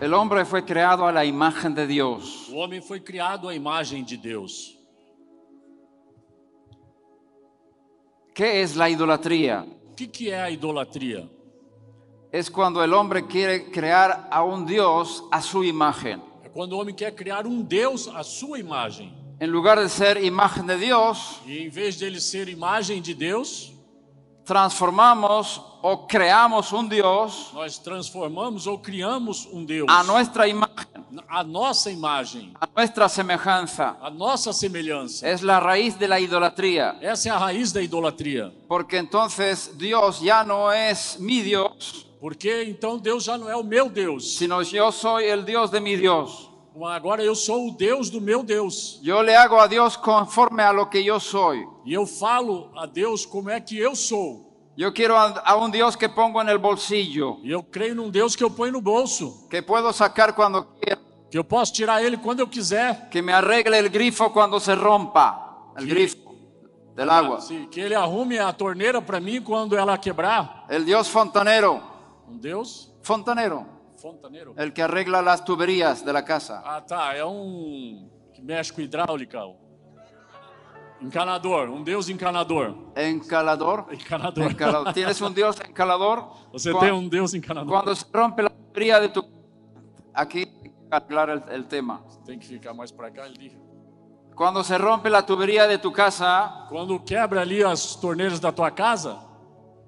El hombre fue creado a la imagen de Dios. O homem foi criado à imagem de Deus. ¿Qué es la idolatría? O que, que é a idolatria? Es cuando el hombre quiere crear a un Dios a su imagen. É quando o homem quer criar um Deus à sua imagem. En lugar de ser imagen de Dios, E em vez dele ser imagem de Deus, transformamos o creamos un Dios nós transformamos ou criamos um Deus a nuestra imagen, à nossa imagem, a nuestra semejanza. à nossa semelhança. Es la raíz de la idolatría, Essa é a raiz da idolatria. porque entonces Dios ya no es mi Dios, Porque então Deus já não é o meu Deus. sino yo soy el Dios de mi Dios. Agora eu sou o Deus do meu Deus. Yo le hago a Dios conforme a lo que yo soy. E eu falo a Deus como é que eu sou. Yo quiero a, a un Dios que pongo en el bolsillo, E eu creio num Deus que eu ponho no bolso, que puedo sacar cuando quiera, que eu posso tirar ele quando eu quiser. que me arregle el grifo cuando se rompa, el Sí. grifo del agua. Se- Que ele arrume a torneira para mim quando ela quebrar. El Dios fontanero, Um Deus fontanero, fontaneiro. el que arregla las tuberías de la casa. Ah, tá. É um que mexe com hidráulica. ó. Encanador. Um Deus encanador. Encalador. Encanador. Encalado- Tienes un Dios encalador. Você Cu- tem um Deus encanador. Cuando se rompe la tubería de tu... Aquí hay que arreglar el- el tema. Tem que ficar mais para cá ali. Cuando se rompe la tubería de tu casa, Quando quebra ali as torneiras da tua casa,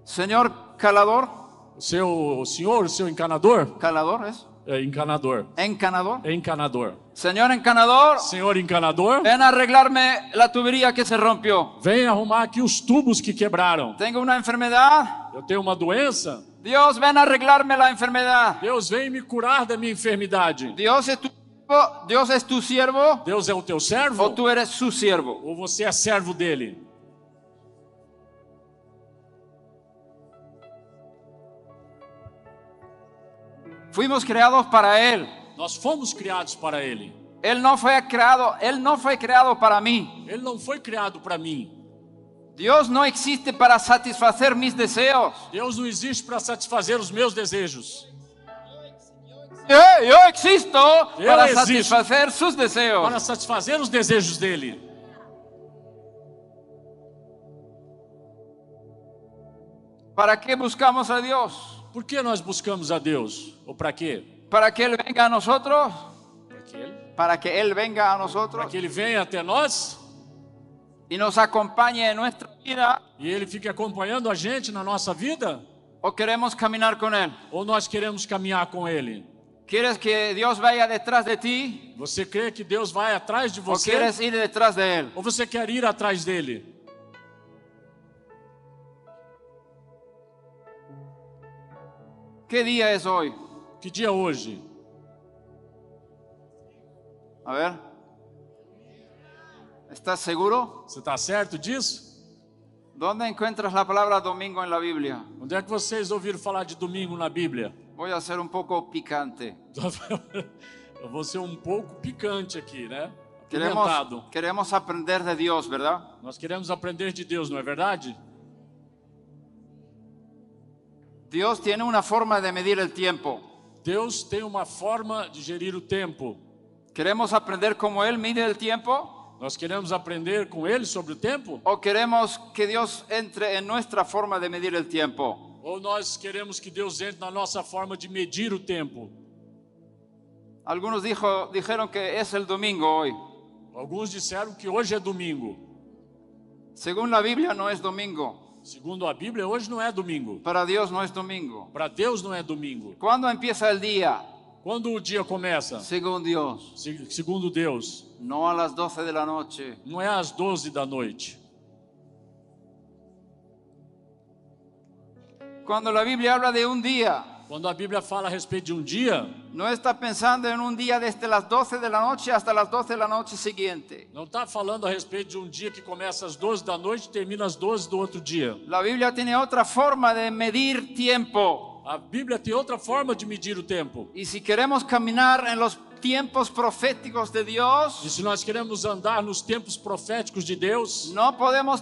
Señor calador, o seu o senhor, o seu encanador, calador es, é encanador. encanador. É encanador. Señor encanador, Senhor encanador, ven a arreglarme la tubería que se rompió. vem arrumar aqui os tubos que quebraram. Tengo una enfermedad. Eu tenho uma doença. Dios, ven a arreglarme la enfermedad. Deus vem me curar da minha enfermidade. Dios es tu siervo, Dios es tu siervo Deus é o teu o servo tú eres su siervo. ou você é servo dele? Fuimos creados para él. Nós fomos criados para ele. Él no fue creado, él no fue creado para mí. Ele não foi criado para mim. Dios no existe para satisfacer mis deseos. Deus não existe para satisfazer os meus desejos. Yo, yo existo Yo para existo. satisfacer sus deseos. Para satisfazer os desejos dele. ¿Para qué buscamos a Dios? Por que nós buscamos a Deus? Ou para quê? para que Él venga a nosotros, Para que ele, para que Él venga a pra nosotros que ele venha até nós y nos acompañe en nuestra vida e ele fique acompanhando a gente na nossa vida? o queremos caminar con Él. Ou nós queremos caminhar com ele? ¿Quieres que Dios vaya detrás de ti Você crê que Deus vai atrás de o você? quieres ir detrás de Él? Ou você quer ir atrás dele? ¿Qué día es hoy? Que dia é hoje? A ver. ¿Estás seguro? Você está certo disso? ¿Dónde encuentras la palabra domingo en la Biblia? Onde é que vocês ouviram falar de domingo na Bíblia? Voy a ser un poco picante. Eu vou ser um pouco picante aqui, né? Apimentado. Queremos, queremos aprender de Dios, ¿verdad? Nós queremos aprender de Deus, não é verdade? Dios tiene una forma de medir el tiempo. Deus tem uma forma de gerir o tempo. ¿Queremos aprender cómo Él mide el tiempo? Nós queremos aprender com ele sobre o tempo? ¿O queremos que Dios entre en nuestra forma de medir el tiempo? Ou nós queremos que Deus entre na nossa forma de medir o tempo? Algunos dijo- dijeron que es el domingo hoy. Alguns disseram que hoje é domingo. Según la Biblia no es domingo. Segundo a Bíblia, hoje não é domingo. Para Dios no es domingo. Para Deus não é domingo. ¿Cuándo empieza el día? Quando o dia começa? Según Dios. Se- Segundo Deus, No a las 12 de la noche. não é às 12 da noite. Cuando la Biblia habla de un día, Quando a Bíblia fala a respeito de um dia, No está pensando en un día desde las 12 de la noche hasta las 12 de la noche siguiente. não está falando a respeito de um dia que começa às 12 da noite e termina às 12 do outro dia. La Biblia tiene otra forma de medir tiempo. A Bíblia tem outra forma de medir o tempo. Y si queremos caminar en los tiempos proféticos de E Dios, se nós queremos andar nos tempos proféticos de Deus, no podemos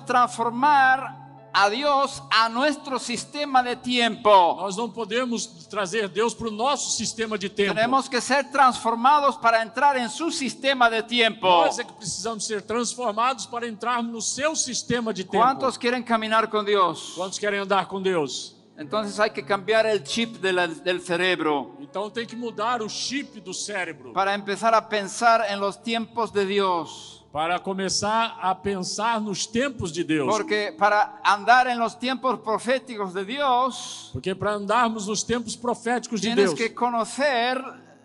transformar a Dios a nuestro sistema de tiempo. nós não podemos trazer Deus para o nosso sistema de tempo. Tenemos que ser transformados para entrar en su sistema de tiempo. Nós é que precisamos ser transformados para entrarmos no seu sistema de tempo. ¿Cuántos quieren caminar con Dios? Quantos querem andar com Deus? Entonces hay que cambiar el chip de la- del cerebro Então tem que mudar o chip do cérebro para empezar a pensar en los tiempos de Dios. para começar a pensar nos tempos de Deus. Porque para andar en los tiempos proféticos de Dios, Porque para andarmos nos tempos proféticos de tienes Deus, que conocer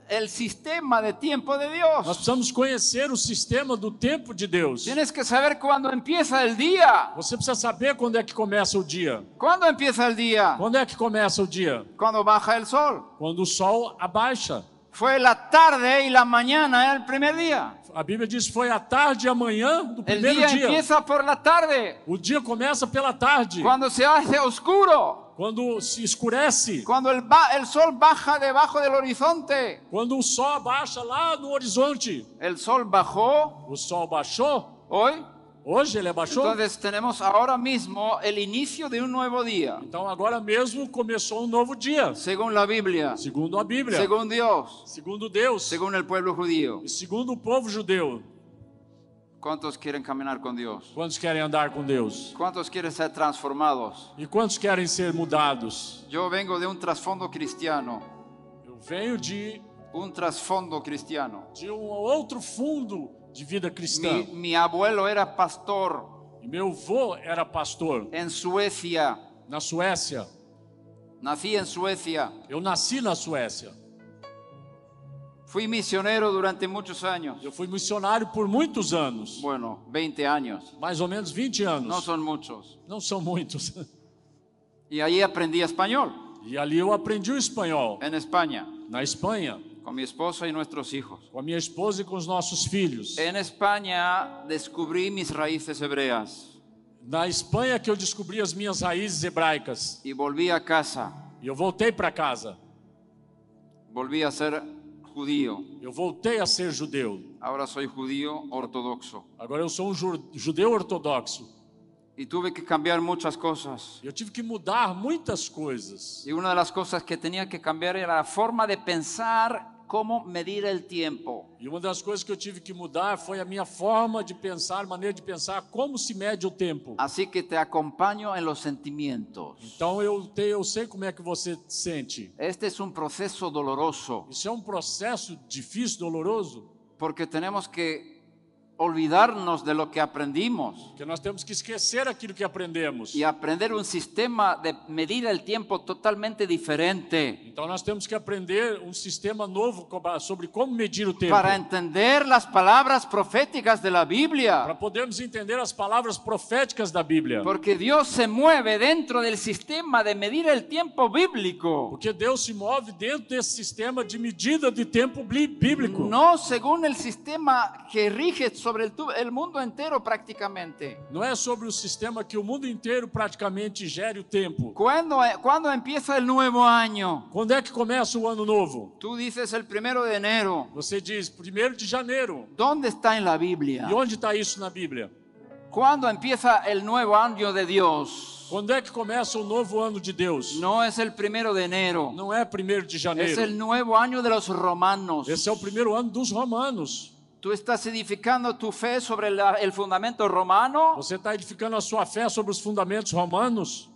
el sistema de tiempo de nós Dios. precisamos conhecer o sistema do tempo de Deus. Tienes que saber cuándo empieza el día. Você precisa saber quando é que começa o dia. ¿Cuándo empieza el día? Quando é que começa o dia? Cuando baja el sol. Quando o sol abaixa. Fue la tarde y la mañana el primer día. A Bíblia diz: foi a tarde e amanhã do El primeiro día dia. empieza por la tarde, O dia começa pela tarde, cuando se hace oscuro. quando se escurece, Cuando el, ba- el sol baja debajo del horizonte, quando o sol abaixa lá no horizonte. el sol bajó O sol baixou? hoy, Hoje ele abaixou? entonces tenemos ahora mismo el inicio de un nuevo día, Então agora mesmo começou um novo dia, según la Biblia, segundo a Bíblia, según Dios, segundo Deus, según el pueblo judío. e segundo o povo judeu. ¿Cuántos quieren caminar con Dios? Quantos querem andar com Deus? ¿Cuántos quieren ser transformados? E quantos querem ser mudados? Yo vengo de un trasfondo cristiano, Eu venho de, un trasfondo cristiano. de um outro fundo de vida cristã. Mi, mi abuelo era pastor E Meu avô era pastor en Suecia, na Suécia. nací en Suecia, Eu nasci na Suécia. fui misionero durante muchos años. Eu fui missionário por muitos anos, Bueno, 20 años. mais ou menos 20 anos. No son muchos. Não são muitos. Y ahí aprendí español, E ali eu aprendi o espanhol, en España, na Espanha, con mi esposa y nuestros hijos. com a minha esposa e com os nossos filhos. En España descobrí mis raíces hebreas Na Espanha que eu descobri as minhas raízes hebraicas. y volví a casa, E eu voltei para casa. volví a ser judío. Eu voltei a ser judeu. Ahora soy judío ortodoxo. Agora eu sou um ju- judeu ortodoxo. Y tuve que cambiar muchas cosas. Eu tive que mudar muitas coisas. Y una de las cosas que tenía que cambiar era la forma de pensar cómo medir el tiempo. E uma das coisas que eu tive que mudar foi a minha forma de pensar, maneira de pensar como se mede o tempo. Así que te acompaño en los sentimientos. Então eu te, eu sei como é que você sente. Este es un proceso doloroso. Isso é um processo difícil, doloroso, Porque tenemos que olvidarnos de lo que aprendimos porque nós temos que esquecer aquilo que aprendemos. y aprender un sistema de medir el tiempo totalmente diferente Então nós temos que aprender um sistema novo co- sobre como medir o tempo, para entender las palabras proféticas de la para Biblia. podermos entender as palavras proféticas da Bíblia. Porque Dios se mueve dentro del sistema de medir el tiempo bíblico, Porque Deus se move dentro desse sistema de medida de tempo bli- bíblico. no según el sistema que rige sobre el, tu- el mundo entero prácticamente. Não é sobre o sistema que o mundo inteiro praticamente gere o tempo. ¿Cuándo, eh, ¿Cuándo empieza el nuevo año? Quando é que começa o ano novo? Tú dices el primero de enero. Você diz 1 de janeiro. ¿Dónde está en la Biblia? E onde está isso na Bíblia? Cuando empieza el nuevo año de Dios? Quando é que começa o novo ano de Deus? No es el primero de enero, Não é 1 de es janeiro. el nuevo año de los romanos. Esse é o primeiro ano dos romanos. Tú estás edificando tu fe sobre la- el fundamento romano Você está edificando a sua fé sobre os fundamentos romanos?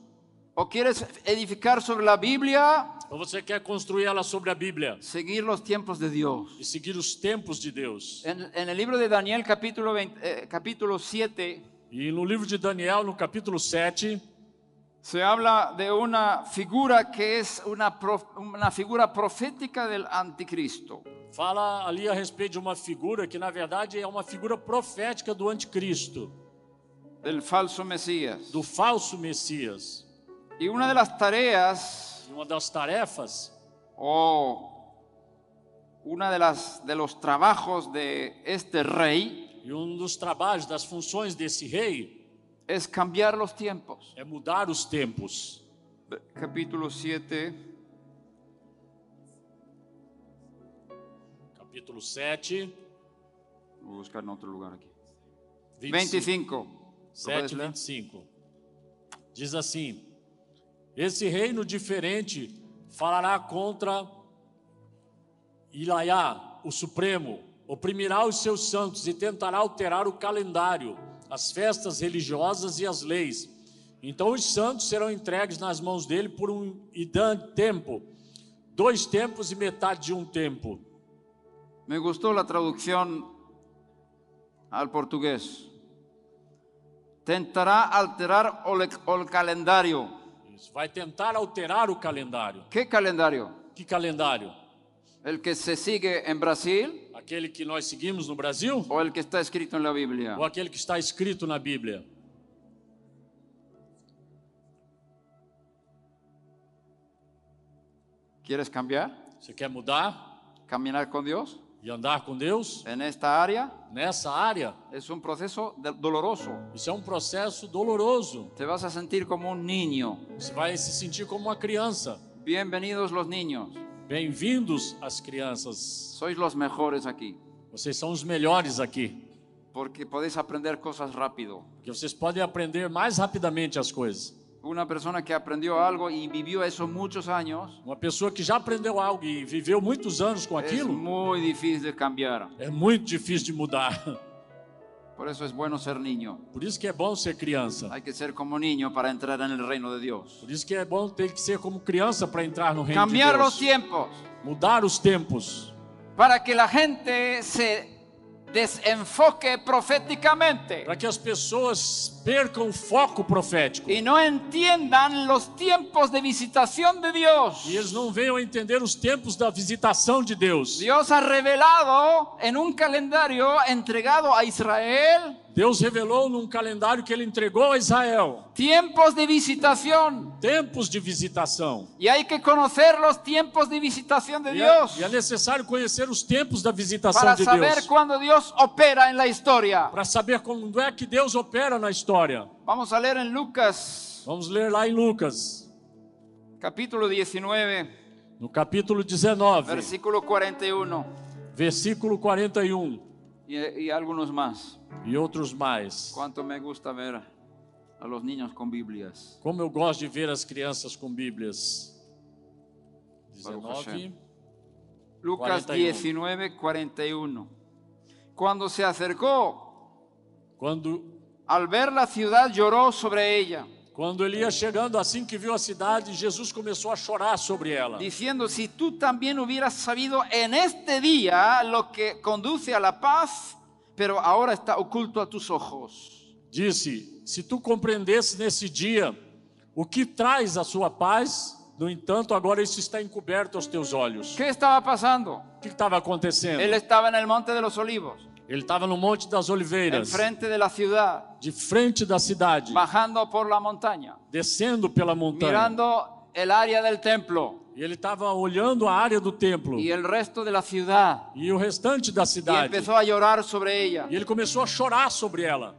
o quieres edificar sobre la Biblia, Ou você quer construir ela sobre a Bíblia seguir los tiempos de Dios. e seguir os tempos de Deus? En, en el libro de Daniel capítulo, 20, eh, capítulo 7 E no livro de Daniel, no capítulo 7, se habla de una figura que es una, pro- una figura profética del anticristo. fala ali a respeito de uma figura que, na verdade, é uma figura profética do anticristo, Del falso Mesías. do falso Messias. Y una de las tareas E uma das tarefas o una de las de los trabajos de este rey E um dos trabalhos, das funções desse rei, es cambiar los tiempos. é mudar os tempos. Capítulo 7, Capítulo 7, voy a buscar en otro lugar aquí. 25. 25. ¿Lo puedes 7, leer? 25. Diz assim: Esse reino diferente falará contra Ilaiá, o Supremo, oprimirá os seus santos e tentará alterar o calendário, as festas religiosas e as leis. Então os santos serão entregues nas mãos dele por um idã tempo, dois tempos e metade de um tempo. Me gustó la traducción al português. Tentará alterar o, le- o el calendario. Isso. Vai tentar alterar o calendário. ¿Qué calendario? Que calendário? ¿El que se sigue en Brasil Aquele que nós seguimos no Brasil? o el que está escrito en la Biblia? ou aquele que está escrito na Bíblia. ¿Quieres cambiar? Você quer mudar Caminar con Dios e andar com Deus en esta área nessa área? es un proceso de- doloroso. Isso é um processo doloroso. Te vas a sentir como un niño. Você vai se sentir como uma criança. Bienvenidos los niños. Bem-vindos as crianças. Sois los mejores aquí Vocês são os melhores aqui, porque podéis aprender cosas rápido. porque vocês podem aprender mais rapidamente as coisas. Una persona que aprendió algo y vivió eso muchos años Uma pessoa que já aprendeu algo e viveu muitos anos com es aquilo, muy difícil de cambiar. é muito difícil de mudar. Por eso es bueno ser niño. Por isso que é bom ser criança. Hay que ser como niño para entrar en el reino de Dios. Por isso que é bom ter que ser como criança para entrar no reino de Cambiar los Deus. tiempos Mudar os tempos. para que la gente se desenfoque proféticamente para que as pessoas percam o foco profético y no entiendan los tiempos de visitación de e eles Dios. não venham a entender os tempos da visitação de Deus. Dios ha revelado en un calendario entregado a Israel Deus revelou num calendário que ele entregou a Israel tiempos de visitación tempos de visitação. y hay que conocer los tiempos de visitación de E é, Dios. e é necessário conhecer os tempos da visitação para de saber Deus cuándo Dios opera en la historia. para saber quando é que Deus opera na história. Vamos a leer en Lucas Vamos ler lá em Lucas, capítulo 19, no capítulo 19, versículo 41 versículo 41 y, eh, y algunos más. e outros mais. Cuánto me gusta ver a los niños con Biblias. Como eu gosto de ver as crianças com Bíblias. Baruch 19. Hashem. Lucas 41. 19, 41. Cuando se acercó, Quando, al ver la ciudad lloró sobre ella, quando ele ia chegando, assim que viu a cidade, Jesus começou a chorar sobre ela, diciendo, si tú también hubieras sabido en este día lo que conduce a la paz, pero ahora está oculto a tus ojos. disse: Se tu compreendesse nesse dia o que traz a sua paz, no entanto, agora isso está encoberto aos teus olhos. ¿Qué estaba pasando? O que estava acontecendo? Él estaba en el Monte de los Olivos, Ele estava no Monte das Oliveiras, enfrente de la ciudad, de frente da cidade, bajando por la montaña, descendo pela montanha. mirando el área del templo E ele estava olhando a área do templo y el resto de la ciudad. e o restante da Y cidade. empezó a llorar sobre ella E ele começou a chorar sobre ela,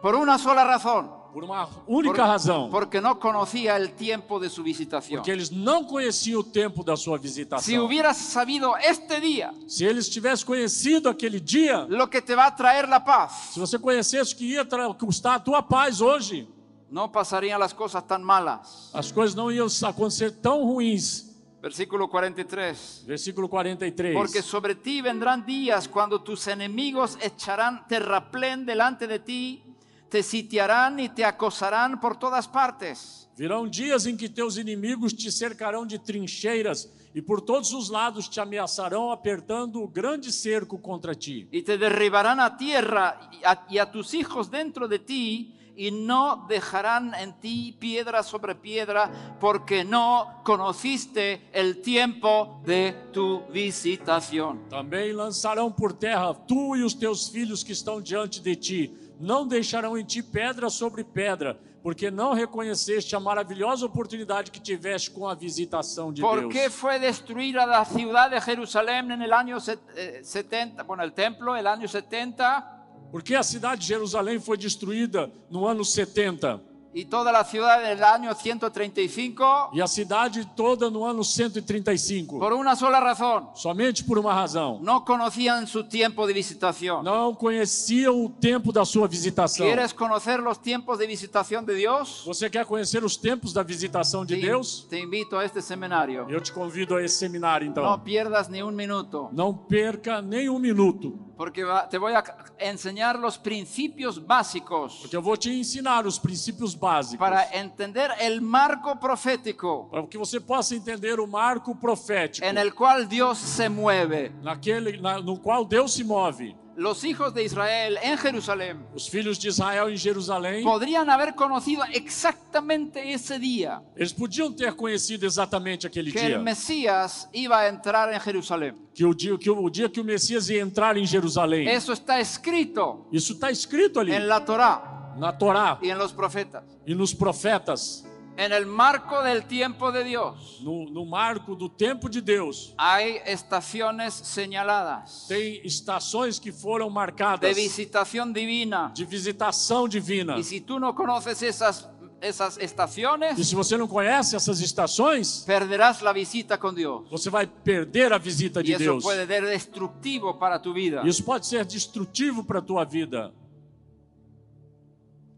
por una sola razón, por uma por- única razão. porque no conocía el tiempo de su visitación. Porque eles não conheciam o tempo da sua Si visitação. hubieras sabido este día Se eles tivessem conhecido aquele dia, lo que te va a traer la paz, se você conhecesse o que ia tra- custar a tua paz hoje, no pasarían las cosas tan malas. as coisas não iam acontecer tão ruins. Versículo 43. Versículo 43. Porque sobre ti vendrán días cuando tus enemigos echarán terraplén delante de ti, te sitiarán y te acosarán por todas partes. Virão dias em que teus inimigos te cercarão de trincheiras e por todos os lados te ameaçarão, apertando o grande cerco contra ti. Y te derribarán a tierra y a, y a tus hijos dentro de ti, y no dejarán en ti piedra sobre piedra, porque no conociste el tiempo de tu visitación. Também lançarão por terra tu e os teus filhos que estão diante de ti. Não deixarão em ti pedra sobre pedra, porque não reconheceste a maravilhosa oportunidade que tiveste com a visitação de ¿Por Deus. qué fue destruida la ciudad de Jerusalén en el año set- eh, 70? Bueno, el templo, el año 70 Porque a cidade de Jerusalém foi destruída no ano 70 y toda la ciudad en el año 135 e a cidade toda no ano 135. por una sola razón. Somente por uma razão. No conocían su tiempo de visitación. Não conheciam o tempo da sua visitação. ¿Quieres conocer los tiempos de visitación de Dios? Você quer conhecer os tempos da visitação de Te- Deus? Te invito a este seminario. Eu te convido a esse seminário então. No pierdas ni un minuto, Não perca nem um minuto, porque va- te voy a c- enseñar los principios básicos porque eu vou te ensinar os princípios básicos para entender el marco profético para que você possa entender o marco profético en el cual Dios se mueve. naquele na- no qual Deus se move. Los hijos de Israel en Jerusalén Os filhos de Israel em Jerusalém, podrían haber conocido exactamente ese día eles podiam ter conhecido exatamente aquele que el dia, Mesías iba a entrar en Jerusalém. que o dia que o, o dia que o Messias ia entrar em Jerusalém. Eso está escrito Isso está escrito ali en la Torá na Torá y en los profetas, e nos profetas, en el marco del tiempo de Dios. no, no marco do tempo de Deus. Hay estaciones señaladas. Tem estações que foram de marcadas visitación divina. de visitação divina. Y si tú no conoces esas, esas E estaciones, se você não conhece essas estações, perderás la visita con Dios. você vai perder a visita Y de eso Deus. puede ser destructivo para tu vida. Isso pode ser destrutivo para a tua vida.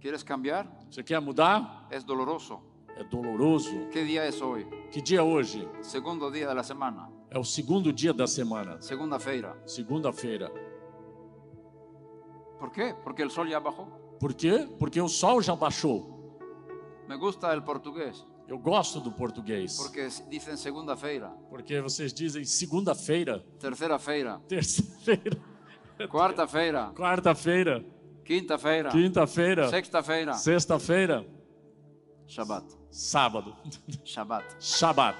¿Quieres cambiar? Você quer mudar? Es doloroso. É doloroso. ¿Qué día es hoy? Que dia é hoje? Segundo día de la semana, É o segundo dia da semana, segunda feira. segunda-feira. ¿Por qué? Porque el sol ya bajó. Por quê? Porque o sol já baixou. Me gusta el portugués, Eu gosto do português. porque dicen segunda feira, Porque vocês dizem segunda-feira, tercera feira, terça-feira, cuarta feira, quarta-feira, quinta feira, quinta-feira, sexta feira, sexta-feira, Shabbat. sábado, Shabbat. Shabat.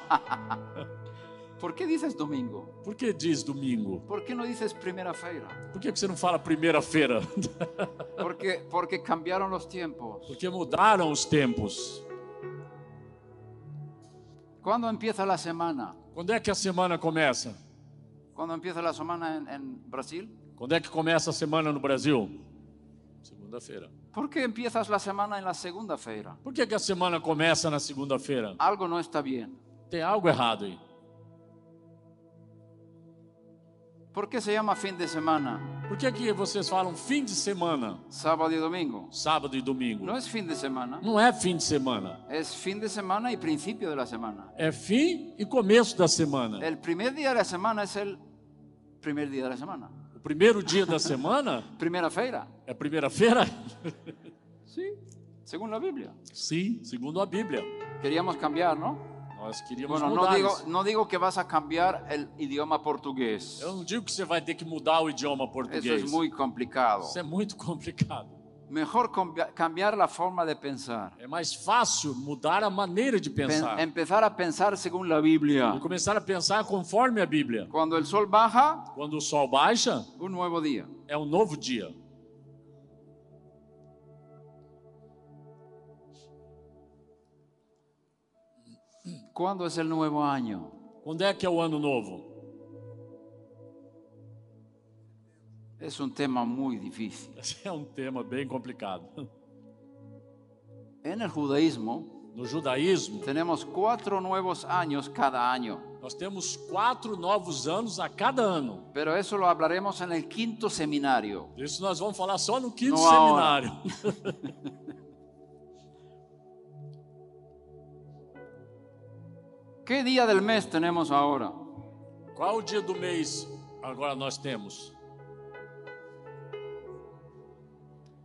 ¿Por qué dices domingo? Por que diz domingo? ¿Por qué no dices primera feira? Por que que você não fala primeira-feira? Porque, porque cambiaron los tiempos. Porque mudaram os tempos. ¿Cuándo empieza la semana? Quando é que a semana começa? ¿Cuándo empieza la semana en, en Brasil? Quando é que começa a semana no Brasil? Segunda-feira. ¿Por qué empiezas la semana en la segunda feira? Por que, que a semana começa na segunda-feira? Algo no está bien. Tem algo errado aí. ¿Por qué se llama fin de semana? Por que, que vocês falam fim de semana, Sábado y domingo. sábado e domingo? No es fin de semana. Não é fim de semana. Es fin de semana y principio de la semana. É fim e começo da semana. El primer día de la semana es el primer día de la semana. O primeiro dia da semana Primera feira. é primeira-feira? Sí, según la Biblia. Sim, segundo a Bíblia. Queríamos cambiar, ¿no? Nós queríamos Bueno, no mudar digo, isso. no digo que vas a cambiar el idioma portugués. Eu não digo que você vai ter que mudar o idioma Eso português. es muy complicado. Isso é muito complicado. Mejor cambia- cambiar la forma de pensar. É mais fácil mudar a maneira de Pen- é pensar. empezar a pensar según la E Biblia. começar a pensar conforme a Bíblia. Cuando el sol baja, Quando o sol baixa, un nuevo día. é um novo dia. ¿Cuándo es el nuevo año? Quando é que é o ano novo? Es un tema muy difícil. Esse é um tema bem complicado. En el judaísmo No judaísmo, tenemos cuatro nuevos años cada año, nós temos quatro novos anos a cada ano. pero eso lo hablaremos en el quinto seminario. Isso nós vamos falar só no quinto Não há hora. seminário. ¿Qué día del mes tenemos ahora? Qual o dia do mês agora nós temos?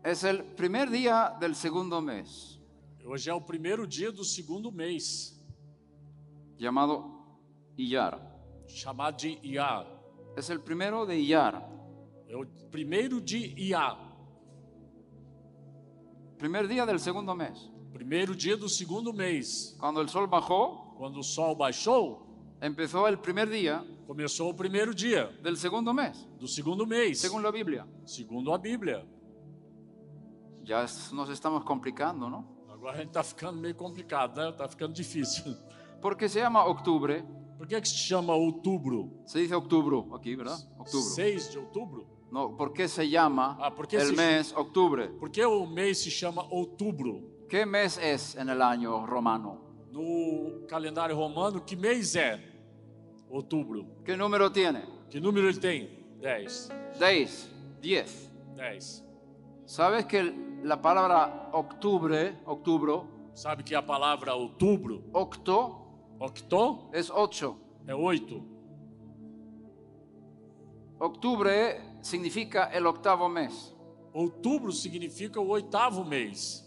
Es el primer día del segundo mes, Hoje é o primeiro dia do segundo mês, llamado Iyar. chamado de Iá. Es el primero de Iyar, É o primeiro de Iá, primer día del segundo mes. primeiro dia do segundo mês. Cuando el sol bajó, Quando o sol baixou, empezó el primer día começou o primeiro dia del segundo mes, do segundo mês, según la Biblia. segundo a Bíblia. Ya es- nos estamos complicando, ¿no? Agora a gente está ficando meio complicado, né? Está ficando difícil. ¿Por qué se llama octubre? Por que, que se chama outubro? Se dice octubre aquí, ¿verdad? Octubre. 6 de outubro? No, ¿por qué se llama Ah, ¿por qué el se- mes octubre? Por que o mês se chama outubro? ¿Qué mes es en el año romano? No calendário romano, que mês é outubro? ¿Qué número tiene? Que número ele tem? 10. 10, 10. 10. ¿Sabes que el- la palabra octubre, octubro, Sabe que a palavra outubro, octo, octo, es 8? é oito. Octubre significa el octavo mes, Outubro significa o oitavo mês.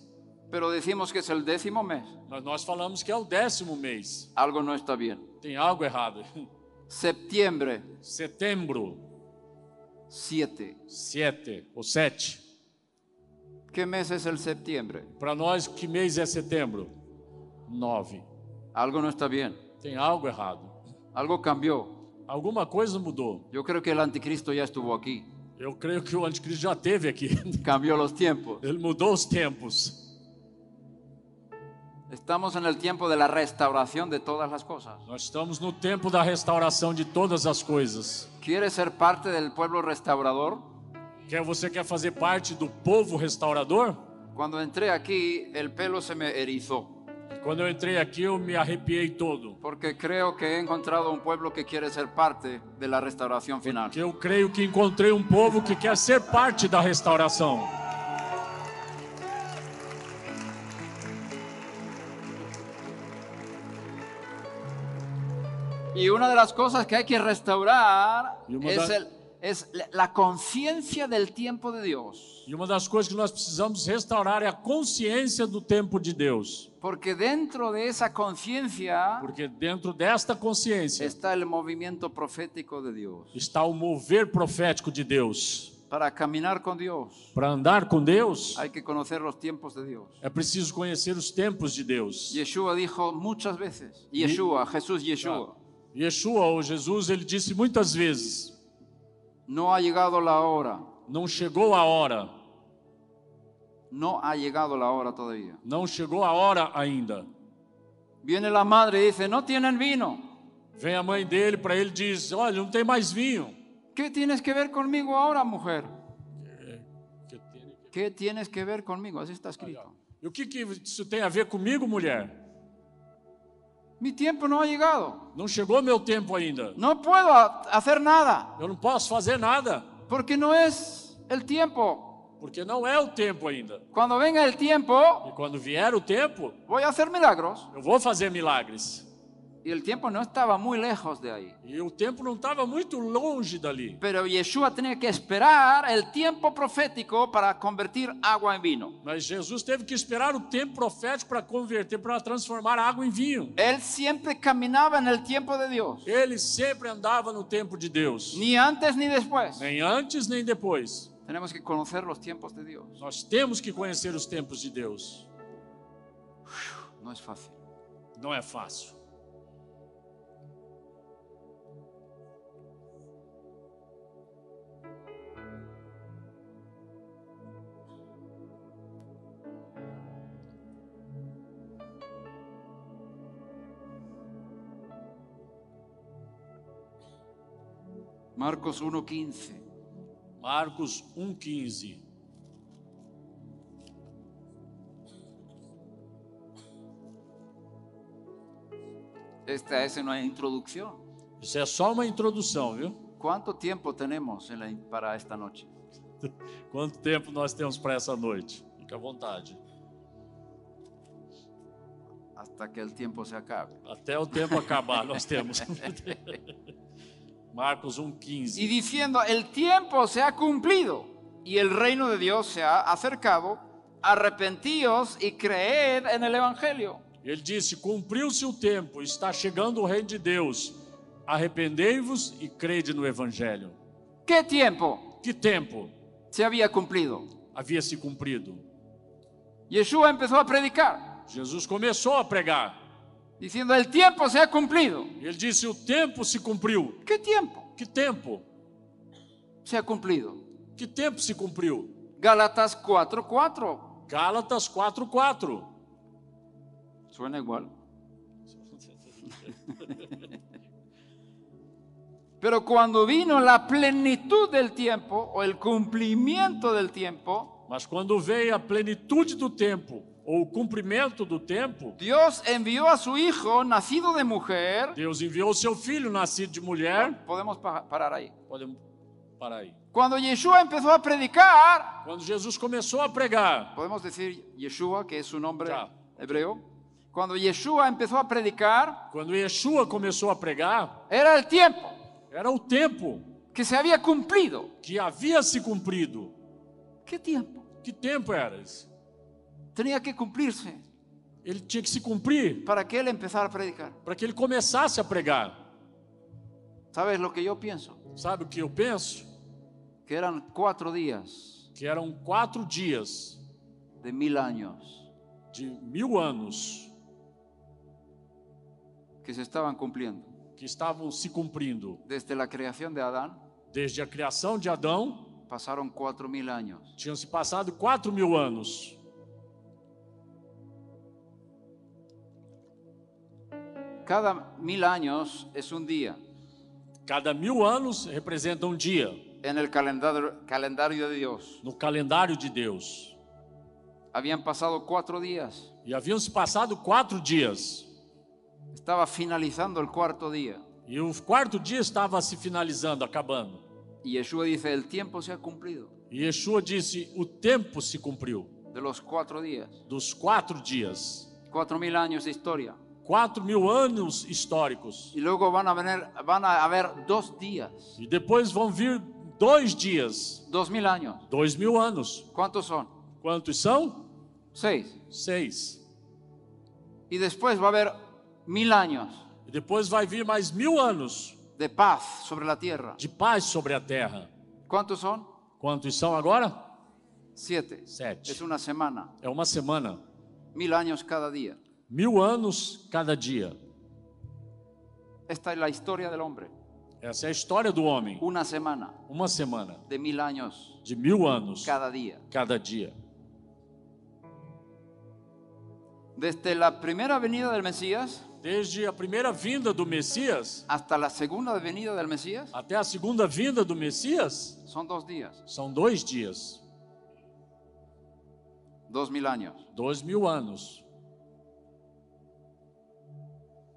pero decimos que es el décimo mes. Mas nós falamos que é o décimo mês. Algo no está bien. Tem algo errado. Septiembre, Setembro, 7. sete ou sete. ¿Qué mes es el septiembre? Para nós, que mês é setembro? Nove. Algo no está bien. Tem algo errado. Algo cambió. Alguma coisa mudou. Yo creo que el anticristo ya estuvo aquí. Eu creio que o anticristo já teve aqui. Cambió los tiempos. Ele mudou os tempos. Estamos en el tiempo de la restauración de todas las cosas. Nós estamos no tempo da restauração de todas as coisas. ¿Quieres ser parte del pueblo restaurador? Quer você quer fazer parte do povo restaurador? Cuando entré aquí, el pelo se me erizó, Quando eu entrei aqui, eu me arrepiei todo. porque creo que he encontrado un pueblo que quiere ser parte de la restauración final. Que eu creio que encontrei um povo que quer ser parte da restauração. Y una de las cosas que hay que restaurar Y una es, da- el- es la- la conciencia del tiempo de Dios. E uma das coisas que nós precisamos restaurar é a consciência do tempo de Deus. Porque dentro de esa conciencia Porque dentro desta consciência está el movimiento profético de Dios. está o mover profético de Deus. Para caminar con Dios Para andar com Deus, hay que conocer los tiempos de Dios. é preciso conhecer os tempos de Deus. Yeshua dijo muchas veces, Yeshua, Jesús Yeshua, Yeshua, ou Jesus, ele disse muitas vezes: no ha llegado la hora, Não chegou a hora, no ha llegado la hora todavía. não chegou a hora ainda. Viene la madre y dice, no tienen vino. Vem a mãe dele para ele e diz: Olha, não tem mais vinho. ¿Qué tienes que ver conmigo ahora, mujer? Que tem- ¿Qué tienes que ver conmigo? Así está escrito. E o que, que isso tem a ver comigo, mulher? Mi tiempo no ha llegado. Não chegou meu tempo ainda. No puedo ha- hacer nada Eu não posso fazer nada, porque no es el tiempo. porque não é o tempo ainda. Cuando venga el tiempo, E quando vier o tempo, voy a hacer milagros. eu vou fazer milagres. Y el tiempo no estaba muy lejos de ahí. E o tempo não estava muito longe dali. Pero Yeshua tenía que esperar el tiempo profético para convertir agua en vino. Mas Jesus teve que esperar o tempo profético para converter, para transformar água em vinho. Él siempre caminaba en el tiempo de Dios, Ele sempre andava no tempo de Deus, ni antes ni después. nem antes nem depois. Tenemos que conocer los tiempos de Dios. Nós temos que conhecer os tempos de Deus. No es fácil. Não é fácil. Marcos 1.15. Marcos 1,15. Esta es una introducción. Isso é só uma introdução, viu? ¿Cuánto tiempo tenemos en la- para esta noche? Quanto tempo nós temos para essa noite? Fica à vontade. Hasta que el tiempo se acabe. Até o tempo acabar, nós temos. Marcos Y 1,15. diciendo, el tiempo se ha cumplido y el reino de Dios se ha acercado, arrepentíos y creed en el Evangelio. Ele disse: Cumpriu-se o tempo, está chegando o reino de Deus. Arrependei-vos e crede no Evangelho. ¿Qué tiempo Que tempo se había cumplido? havia se cumprido? Yeshua empezó a predicar, Jesus começou a pregar. diciendo, el tiempo se ha cumplido. Ele disse: O tempo se cumpriu. ¿Qué tiempo Que tempo? se ha cumplido? Que tempo se cumpriu? Gálatas 4:4. Gálatas 4:4. Suena igual. Pero cuando vino la plenitud del tiempo o el cumplimiento del tiempo, Mas quando veio a plenitude do tempo, ou o cumprimento do tempo, Dios envió a su hijo nacido de mujer. Deus enviou o seu filho nascido de mulher. Podemos pa- parar ahí. Podemos parar aí. Cuando Yeshua empezó a predicar, Quando Jesus começou a pregar, podemos decir Yeshua, que es su nombre Ya. hebreo. Cuando Yeshua empezó a predicar, quando Yeshua começou a pregar, era el tiempo era o tempo que se había cumplido. que havia se cumprido. ¿Qué tiempo? Que tempo era esse? Tenía que cumplirse Ele tinha que se cumprir para que él empezara a predicar. para que ele começasse a pregar. ¿Sabes lo que yo pienso? Sabe o que eu penso? Que eran cuatro días Que eram quatro dias de mil años de mil anos que se estaban cumpliendo. que estavam se cumprindo. Desde la creación de Adán Desde a criação de Adão, pasaron cuatro mil años. tinham se passado quatro mil anos. Cada mil años es un día Cada mil anos representa um dia en el calendario, calendario de Dios. no calendário de Deus. Habían pasado cuatro días. E haviam se passado quatro dias. Estaba finalizando el cuarto día. E o quarto dia estava se finalizando, acabando. Y Yeshua dice, el tiempo se ha cumplido E Yeshua disse: O tempo se cumpriu de los cuatro días. dos quatro dias. Cuatro mil años de historia. Quatro mil anos históricos. Y luego van a, venir, van a haber dos días. E depois vão vir dois dias. Dos mil años. Dois mil anos. ¿Cuántos son? Quantos são? Seis. Seis. Y después va a haber mil años E depois vai vir mais mil anos de paz sobre la tierra. de paz sobre a terra. ¿Cuántos son? Quantos são agora? Siete. Sete. Es una semana. É uma semana. Mil años cada día. Mil anos cada dia. Esta es la historia del hombre. Essa é a história do homem. Una semana Uma semana de mil años de mil anos cada día. cada dia. Desde la primera venida del Mesías Desde a primeira vinda do Messias hasta la segunda venida del Mesías até a segunda vinda do Messias son dos días, são dois dias, dos mil años. dois mil anos.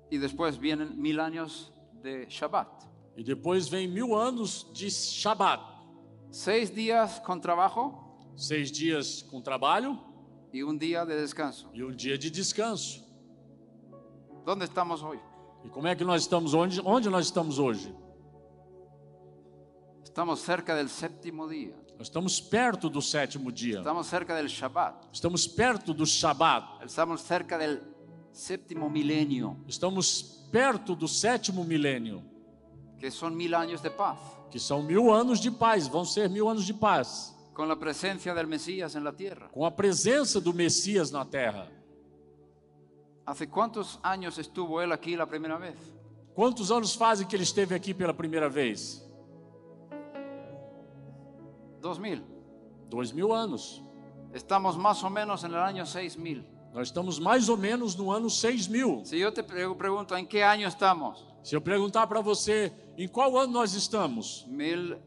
Y después vienen mil años de Shabbat. E depois vem mil anos de Shabat. Seis días con trabajo Seis dias com trabalho y un día de descanso. e um dia de descanso. ¿Dónde estamos hoy? E como é que nós estamos onde? Onde nós estamos hoje? Estamos cerca del séptimo día. Nós estamos perto do sétimo dia. Estamos cerca del Shabbat. Estamos perto do Shabat. Estamos cerca del séptimo milenio, Estamos perto do sétimo milênio, que son mil años de paz, que são mil anos de paz. Vão ser mil anos de paz. con la presencia del Mesías en la tierra. com a presença do Messias na terra. ¿Hace cuántos años estuvo él aquí la primera vez? Quantos anos fazem que ele esteve aqui pela primeira vez? Dos mil. Dois mil anos. Estamos más o menos en el año seis mil. Nós estamos mais ou menos no ano 6000. Si yo te pre- pregunto, ¿en qué año estamos? Se eu perguntar para você em qual ano nós estamos? Mil,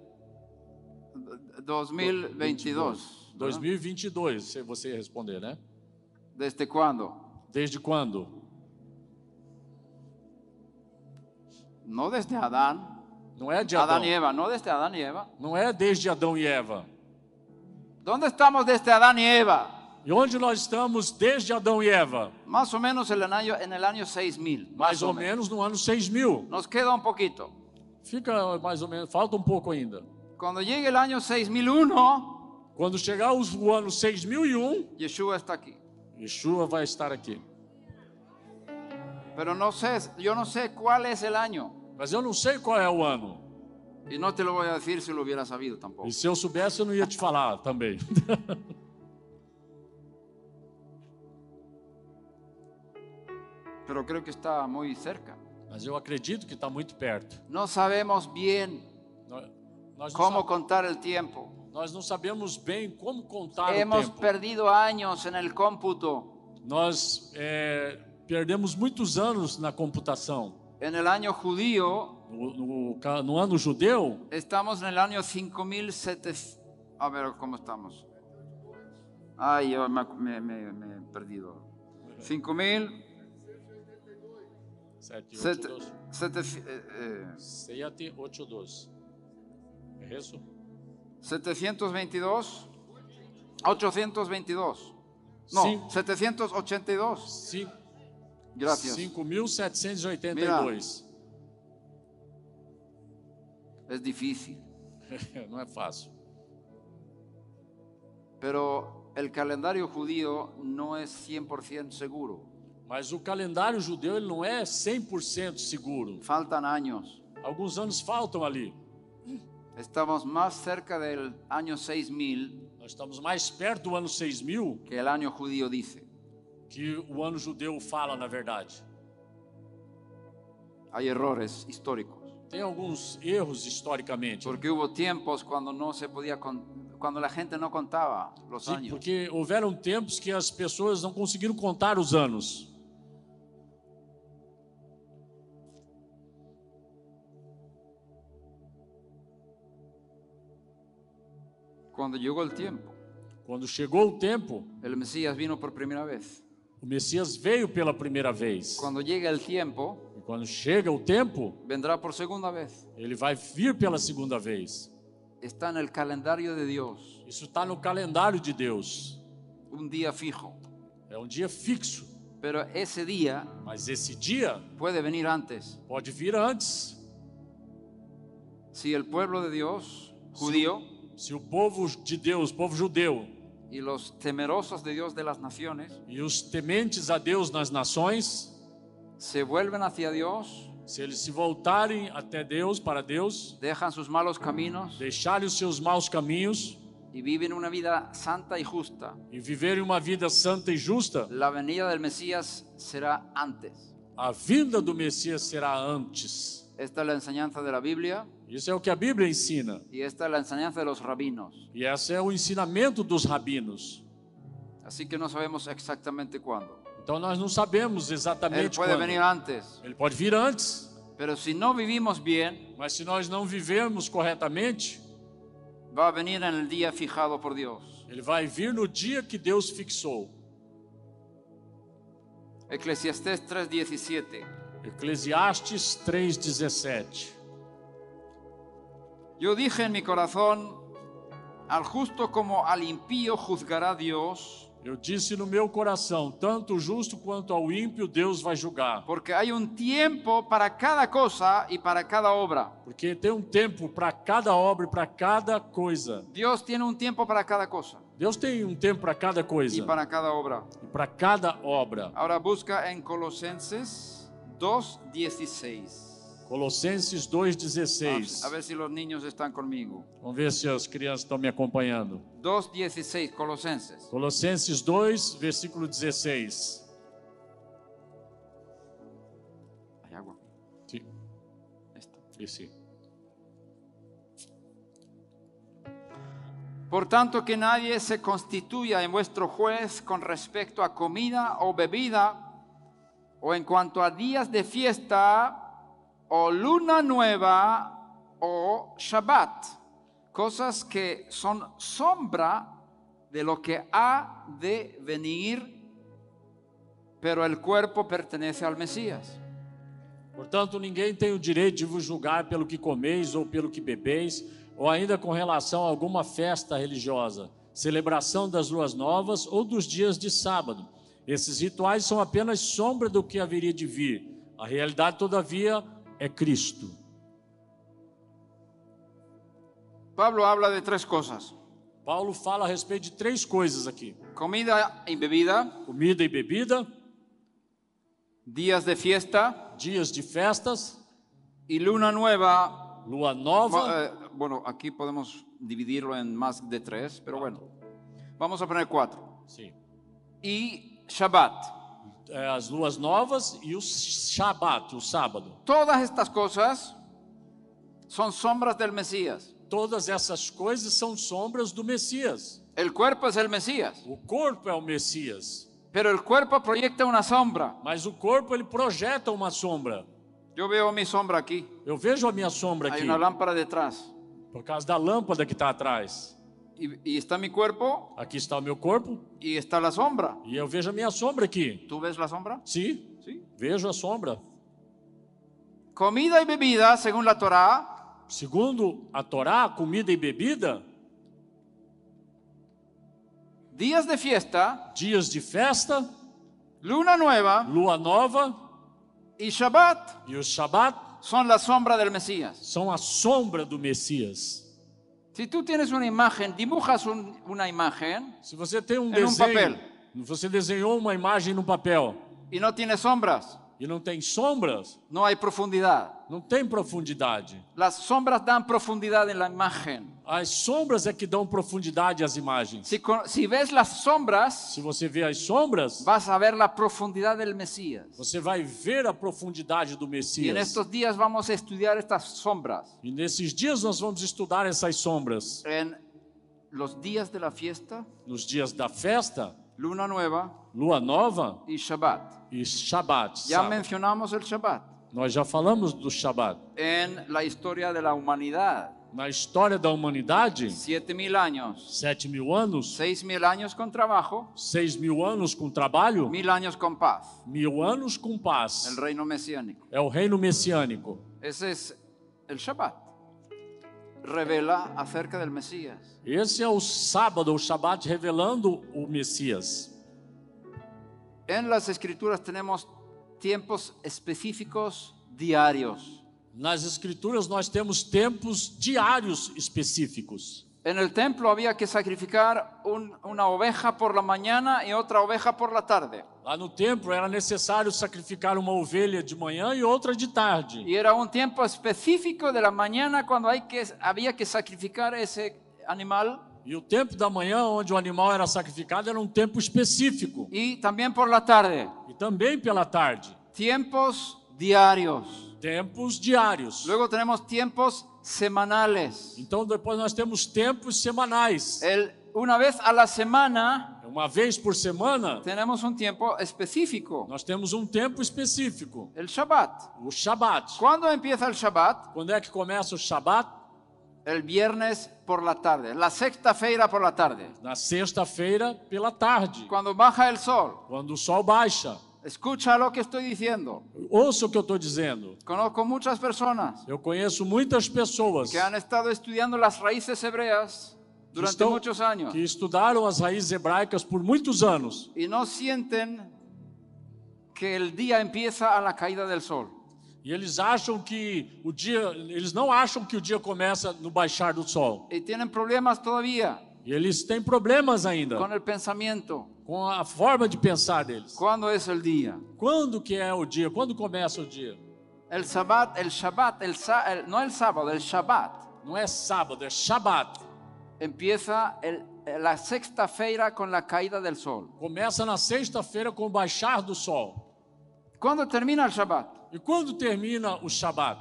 2022. ¿verdad? 2022, se você responder, né? ¿Desde cuándo? Desde quando? No desde Adán. Não é de Adão. Adán y Eva, no desde Adán y Eva. Não é desde Adão e Eva. ¿Dónde estamos desde Adán y Eva? E onde nós estamos desde Adão e Eva? Más o menos en el año, en el año 6000. Mais ou menos no ano 6000. Nos queda un poquito. Fica mais ou menos, falta um pouco ainda. Cuando llegue el año 6001, Quando chegar os- o ano 6001, Yeshua está aquí. Yeshua vai estar aqui. Pero no sé, yo no sé cuál es el año. Mas eu não sei qual é o ano. Y no te lo voy a decir si lo hubiera sabido tampoco. E se eu soubesse, eu não ia te falar também. Pero creo que está muy cerca. Mas eu acredito que está muito perto. No sabemos bien Nó- Nós não, cómo sa- contar el tiempo. nós não sabemos bem como contar Hemos o tempo. perdido años en el cómputo. Nós é, Perdemos muitos anos na computação. En el año judío, No, no ca- no ano judeu, estamos en el año 5700. A ver, ¿cómo estamos? Ay, yo me, me- me- me he perdido. 5700. 7, 8, 12. eh, eh, 7, 8, 12. É isso? 722, 822. No, Sim. 782. Cin- Gracias. 5.782. Es difícil. Não é fácil. Pero el calendario judío no es 100% seguro. Mas o calendário judeu ele não é 100% seguro. Faltan años. Alguns anos faltam ali. Estamos más cerca del año 6000 Nós estamos mais perto do ano 6000 que el año judío dice. que o ano judeu fala, na verdade. Hay errores históricos. Tem alguns erros historicamente. Porque hubo tiempos cuando no se podía con- cuando la gente no contaba los Sim, años. porque houveram tempos que as pessoas não conseguiram contar os anos. Cuando llegó el tiempo, Quando chegou o tempo, el Mesías vino por primera vez. o Messias veio pela primeira vez. Cuando llega el tiempo, E quando chega o tempo, vendrá por segunda vez. ele vai vir pela segunda vez. Está en el calendario de Dios, Isso está no calendário de Deus. un día fijo. É um dia fixo, Pero ese día mas esse dia puede venir antes. pode vir antes. Si el pueblo de Dios, judío, Se o povo de Deus, o povo judeu, y los temerosos de Dios de las naciones e os tementes a Deus nas nações, se vuelven hacia Dios, se eles se voltarem até Deus, para Deus, dejan sus malos caminos deixarem os seus maus caminhos y viven una vida santa y justa, e viverem uma vida santa e justa, la venida del Mesías será antes. a vinda do Messias será antes. Esta es la enseñanza de la Biblia Isso é o que a Bíblia ensina. y esta es la enseñanza de los rabinos. E esse é o ensinamento dos rabinos. Así que no sabemos exactamente cuándo. Então nós não sabemos Él exatamente puede quando. venir antes, Ele pode vir antes, pero si no vivimos bien, mas se nós não vivermos corretamente, va a venir en el día fijado por Dios. ele vai vir no dia que Deus fixou. Eclesiastés 3:17. Eclesiastes 3:17. Yo dije en mi corazón, al justo como al impío juzgará Dios, Eu disse no meu coração, tanto o justo quanto ao ímpio Deus vai julgar, porque hay un tiempo para cada cosa y para cada obra. porque tem um tempo para cada obra e para cada coisa. Dios tiene un tiempo para cada cosa Deus tem um tempo para cada y coisa para cada obra. e para cada obra. Ahora busca en Colosenses 2:16. Colossenses A, a 2:16. ver si los niños están conmigo. Vamos ver se as crianças estão me acompanhando. 2:16 Colosenses. Colossenses 2, versículo 16. Hay agua. Sim, Esta. esse. Por tanto, que nadie se constituya en vuestro juez con respecto a comida o bebida, o en cuanto a días de fiesta, o luna nueva, o Shabbat, cosas que son sombra de lo que ha de venir, pero el cuerpo pertenece al Mesías. Portanto, ninguém tem o direito de vos julgar pelo que comeis ou pelo que bebeis, ou ainda com relação a alguma festa religiosa, celebração das luas novas ou dos dias de sábado. Esses rituais são apenas sombra do que haveria de vir. A realidade, todavia, é Cristo. Pablo habla de tres cosas, Paulo fala a respeito de três coisas aqui: comida y bebida, comida e bebida, días de fiesta dias de festas, y luna nueva lua nova. Ma- eh, bueno, aquí podemos dividirlo en más de tres, pero bueno. Vamos a poner cuatro. Sim. Y Shabbat. É, As luas novas e o Shabat, o sábado. Todas estas cosas son sombras del Mesías. Todas essas coisas são sombras do Messias. El cuerpo es el Mesías, O corpo é o Messias, Pero el cuerpo proyecta una sombra. Mas o corpo ele projeta uma sombra. Yo veo mi sombra aquí. Eu vejo a minha sombra Hay aqui, una lámpara detrás. por causa da lâmpada que está atrás. Y, y está mi cuerpo Aqui está o meu corpo y está la sombra. e eu vejo a minha sombra aqui. ¿Tú ves la sombra? Sim, Sí. vejo a sombra. Comida y bebida, según la Torá, Segundo a Torá, comida e bebida, días de fiesta, dias de festa, luna nueva lua nova y Shabbat e o Shabat son la sombra del Mesías. são a sombra do Messias. Si tú tienes una imagen, dibujas un- una imagen Se você tem um Era um desenho, papel. você desenhou uma imagem no papel y no tiene sombras, e não tem sombras, no hay profundidad. não tem profundidade. Las sombras dan profundidad en la imagen. As sombras é que dão profundidade às imagens. Si, con- si ves las sombras, Se você vê as sombras, vas a ver la profundidad del Mesías. você vai ver a profundidade do Y en Messias. estos días vamos a estudiar estas sombras. E nesses dias nós vamos estudar essas sombras. En los días de la fiesta, Nos dias da festa, luna nueva lua nova y Shabbat. e Shabat. Ya sábado. mencionamos el Shabbat Nós já falamos do Shabat. en la historia de la humanidad. Na história da humanidade, Siete mil años, sete mil anos, seis mil años con trabajo, seis mil anos com trabalho, mil años con paz, mil anos com paz. el reino mesiánico. É o reino messiânico. Ese es el Shabbat. Revela acerca del Mesías. Esse é o sábado, o Shabat, revelando o Messias. En las escrituras tenemos tiempos específicos diarios. Nas escrituras nós temos tempos diários específicos. En el templo había que sacrificar un- una oveja por la mañana y otra oveja por la tarde. Lá no templo era necessário sacrificar uma ovelha de manhã e outra de tarde. Y era un tiempo específico de la mañana cuando hay que, había que sacrificar ese animal E o tempo da manhã, onde o animal era sacrificado, era um tempo específico. y también por la tarde. E também pela tarde. Tiempos diarios. Tempos diários. Luego tenemos tiempos semanales. Então depois nós temos tempos semanais. El- una vez a la semana Uma vez por semana, tenemos un tiempo específico, nós temos um tempo específico. el Shabbat. O Shabat. ¿Cuándo empieza el Shabbat? Quando é que começa o Shabat? El viernes por la tarde, la sexta feira por la tarde. Na sexta-feira pela tarde, Cuando baja el sol, quando o sol baixa. escucha lo que estoy diciendo. Ouça o que eu estou dizendo. Conozco muchas personas Eu conheço muitas pessoas que han estado estudiando las raíces hebreas que, durante estão- muchos años que estudaram as raízes hebraicas por muitos anos y no sienten que el día empieza a la caída del sol. e eles acham que o dia, eles não acham que o dia começa no baixar do sol. Y tienen problemas todavía E eles têm problemas ainda con el pensamiento. com a forma de pensar deles. ¿Cuándo es el día? Quando que é o dia? Quando começa o dia? El Shabbat, el Shabbat, el, sa- el- no el sábado, el Shabbat. Não é sábado, é Shabat. Empieza el- la sexta feira con la caída del sol. Começa na sexta-feira com o baixar do sol. ¿Cuándo termina el Shabbat? E quando termina o Shabat?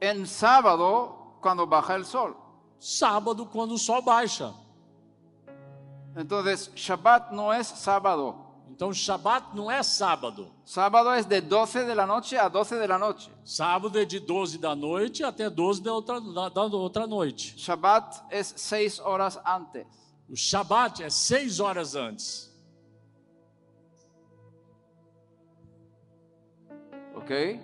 En sábado, cuando baja el sol. sábado quando o sol baixa. Entonces, Shabbat no es sábado. Então, Shabat não é sábado. Sábado es de 12 de la noche a 12 de la noche. Sábado é de 12 da noite até 12 da outra, da, da outra noite. Shabbat es seis horas antes. O Shabat é seis horas antes. ¿Ok?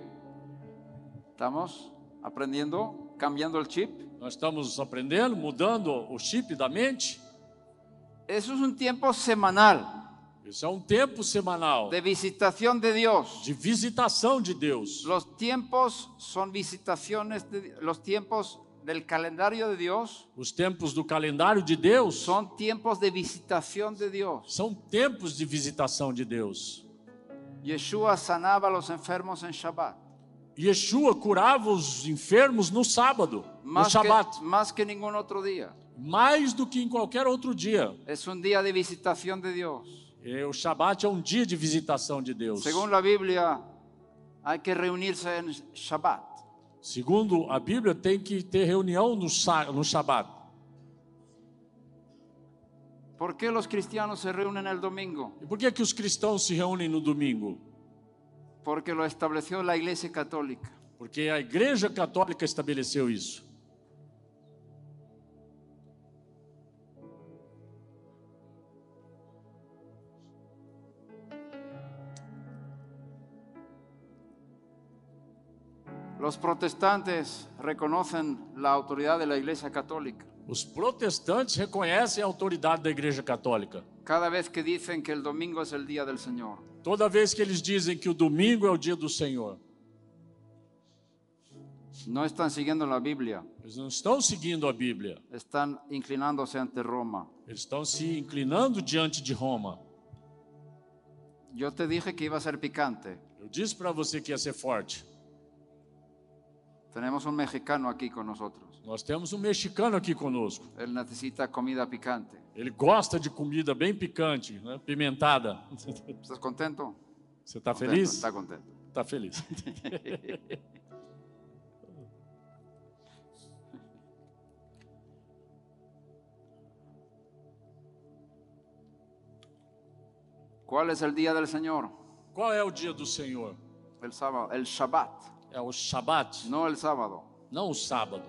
Estamos aprendiendo, cambiando el chip. Nós estamos aprendendo, mudando o chip da mente. Eso es un tiempo semanal Isso é um tempo semanal de visitación de Dios. de visitação de Deus. Los tiempos son visitaciones, de, los tiempos del calendario de Dios Os tempos do calendário de Deus son tiempos de visitación de Dios. são tempos de visitação de Deus. Yeshua sanaba a los enfermos en Shabbat. Yeshua curava os enfermos no sábado, no Más que, Shabat, más que ningún otro día. mais do que em qualquer outro dia. Es un día de visitación de Dios. É, O Shabat é um dia de visitação de Deus. Según la Biblia, hay que reunirse en Shabbat. Segundo a Bíblia, tem que ter reunião no, sa- no Shabat. ¿Por qué los cristianos se reúnen el domingo? E por que, que os cristãos se reúnem no domingo? Porque lo estableció la Iglesia Católica. Porque a Igreja Católica estabeleceu isso. Los protestantes reconocen la autoridad de la Iglesia Católica. Os protestantes reconhecem a autoridade da Igreja Católica. Cada vez que dicen que el domingo es el día del Señor. Toda vez que eles dizem que o domingo é o dia do Senhor, No están siguiendo la Biblia, eles não estão seguindo a Bíblia, están inclinándose ante Roma. eles estão se inclinando diante de Roma. Yo te dije que iba a ser picante. Eu disse para você que ia ser forte. Tenemos un mexicano aquí con nosotros. Nós temos um mexicano aqui conosco. Él necesita comida picante. Ele gosta de comida bem picante, né? pimentada. ¿Estás contento? Você está Contento, feliz? Está contento. Está feliz. ¿Cuál es el día del Señor? Qual é o dia do Senhor? El sábado, el Shabbat, É o Shabat, no el sábado. não o sábado.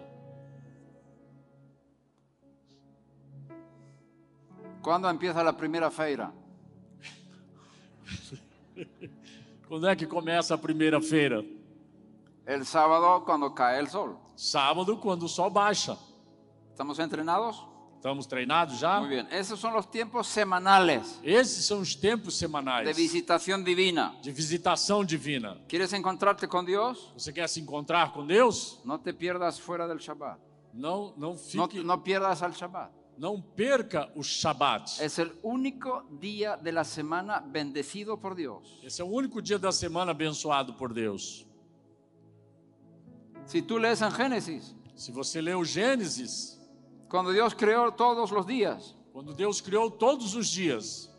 ¿Cuándo empieza la primera feira? Quando é que começa a primeira feira? El sábado cuando cae el sol. Sábado, quando o sol baixa. ¿Estamos entrenados? Estamos treinados já? Muy bien. Esos son los tiempos semanales Esses são os tempos de semanais visitación divina. de visitação divina. ¿Quieres encontrarte con Dios? Você quer se encontrar com Deus? No te pierdas fuera del Shabbat. Não, não No, fique, no pierdas al Shabbat. não perca o Shabat. Es el único día de la semana bendecido por Dios. Esse é o único dia da semana abençoado por Deus. Si tú lees en Génesis, Se você lê o Gênesis, cuando Dios creó todos los días, quando Deus criou todos os dias,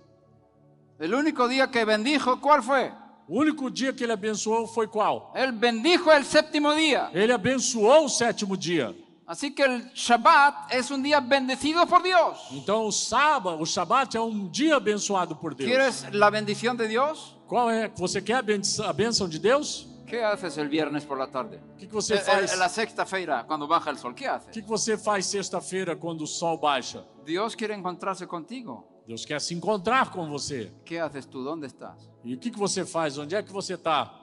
el único día que bendijo, ¿cuál fue? o único dia que ele abençoou foi qual? Él bendijo el séptimo día. Ele abençoou o sétimo dia. Así que el Shabbat es un día bendecido por Dios. Então o sábado, o Shabat é um dia abençoado por Deus. ¿Quieres la bendición de Dios? Qual é? Você quer a benção, a benção de Deus? ¿Qué haces el viernes por la tarde? O que, que você Eh, eh, faz? La sexta feira, cuando baja el sol, ¿qué O haces? que, que você faz sexta-feira quando o sol baixa? Dios quiere encontrarse contigo. Deus quer se encontrar com você. ¿Qué haces tú? ¿Dónde estás? E o que, que você faz? Onde é que você está?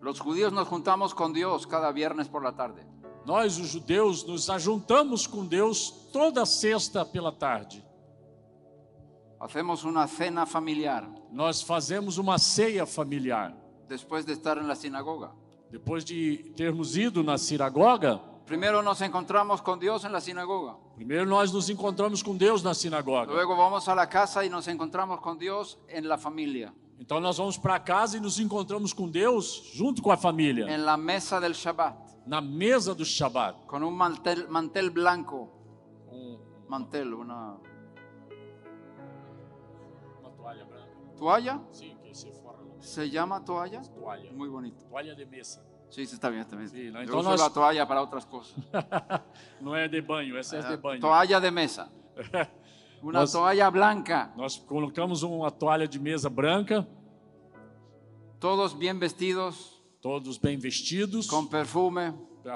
Los judíos nos juntamos con Dios cada viernes por la tarde. Nós, os judeus, nos ajuntamos com Deus toda sexta pela tarde. Hacemos una cena familiar Nós fazemos uma ceia familiar. después de estar en la sinagoga. Depois de termos ido na sinagoga, Primero nos encontramos con Dios en la sinagoga. primeiro nós nos encontramos com Deus na sinagoga. Luego vamos a la casa y nos encontramos con Dios en la familia, Então nós vamos para casa e nos encontramos com Deus junto com a família, en la mesa del Shabbat, na mesa do Shabat. Um con un mantel, mantel blanco. Mantel, una Uma toalha branca. toalla. Sim, que se forra no ¿Se llama toalla? toalha. Muy bonito. Toalha de mesa. Sí, sí, está bien, está bien. Sí, no, Yo entonces- uso la toalla para otras cosas. Não é de banho, essa é de banho. Este, toalla de mesa. Una Ah, Nos- toalla blanca. Nós colocamos uma toalha de mesa branca, Todos bien vestidos, todos bem vestidos, con perfume,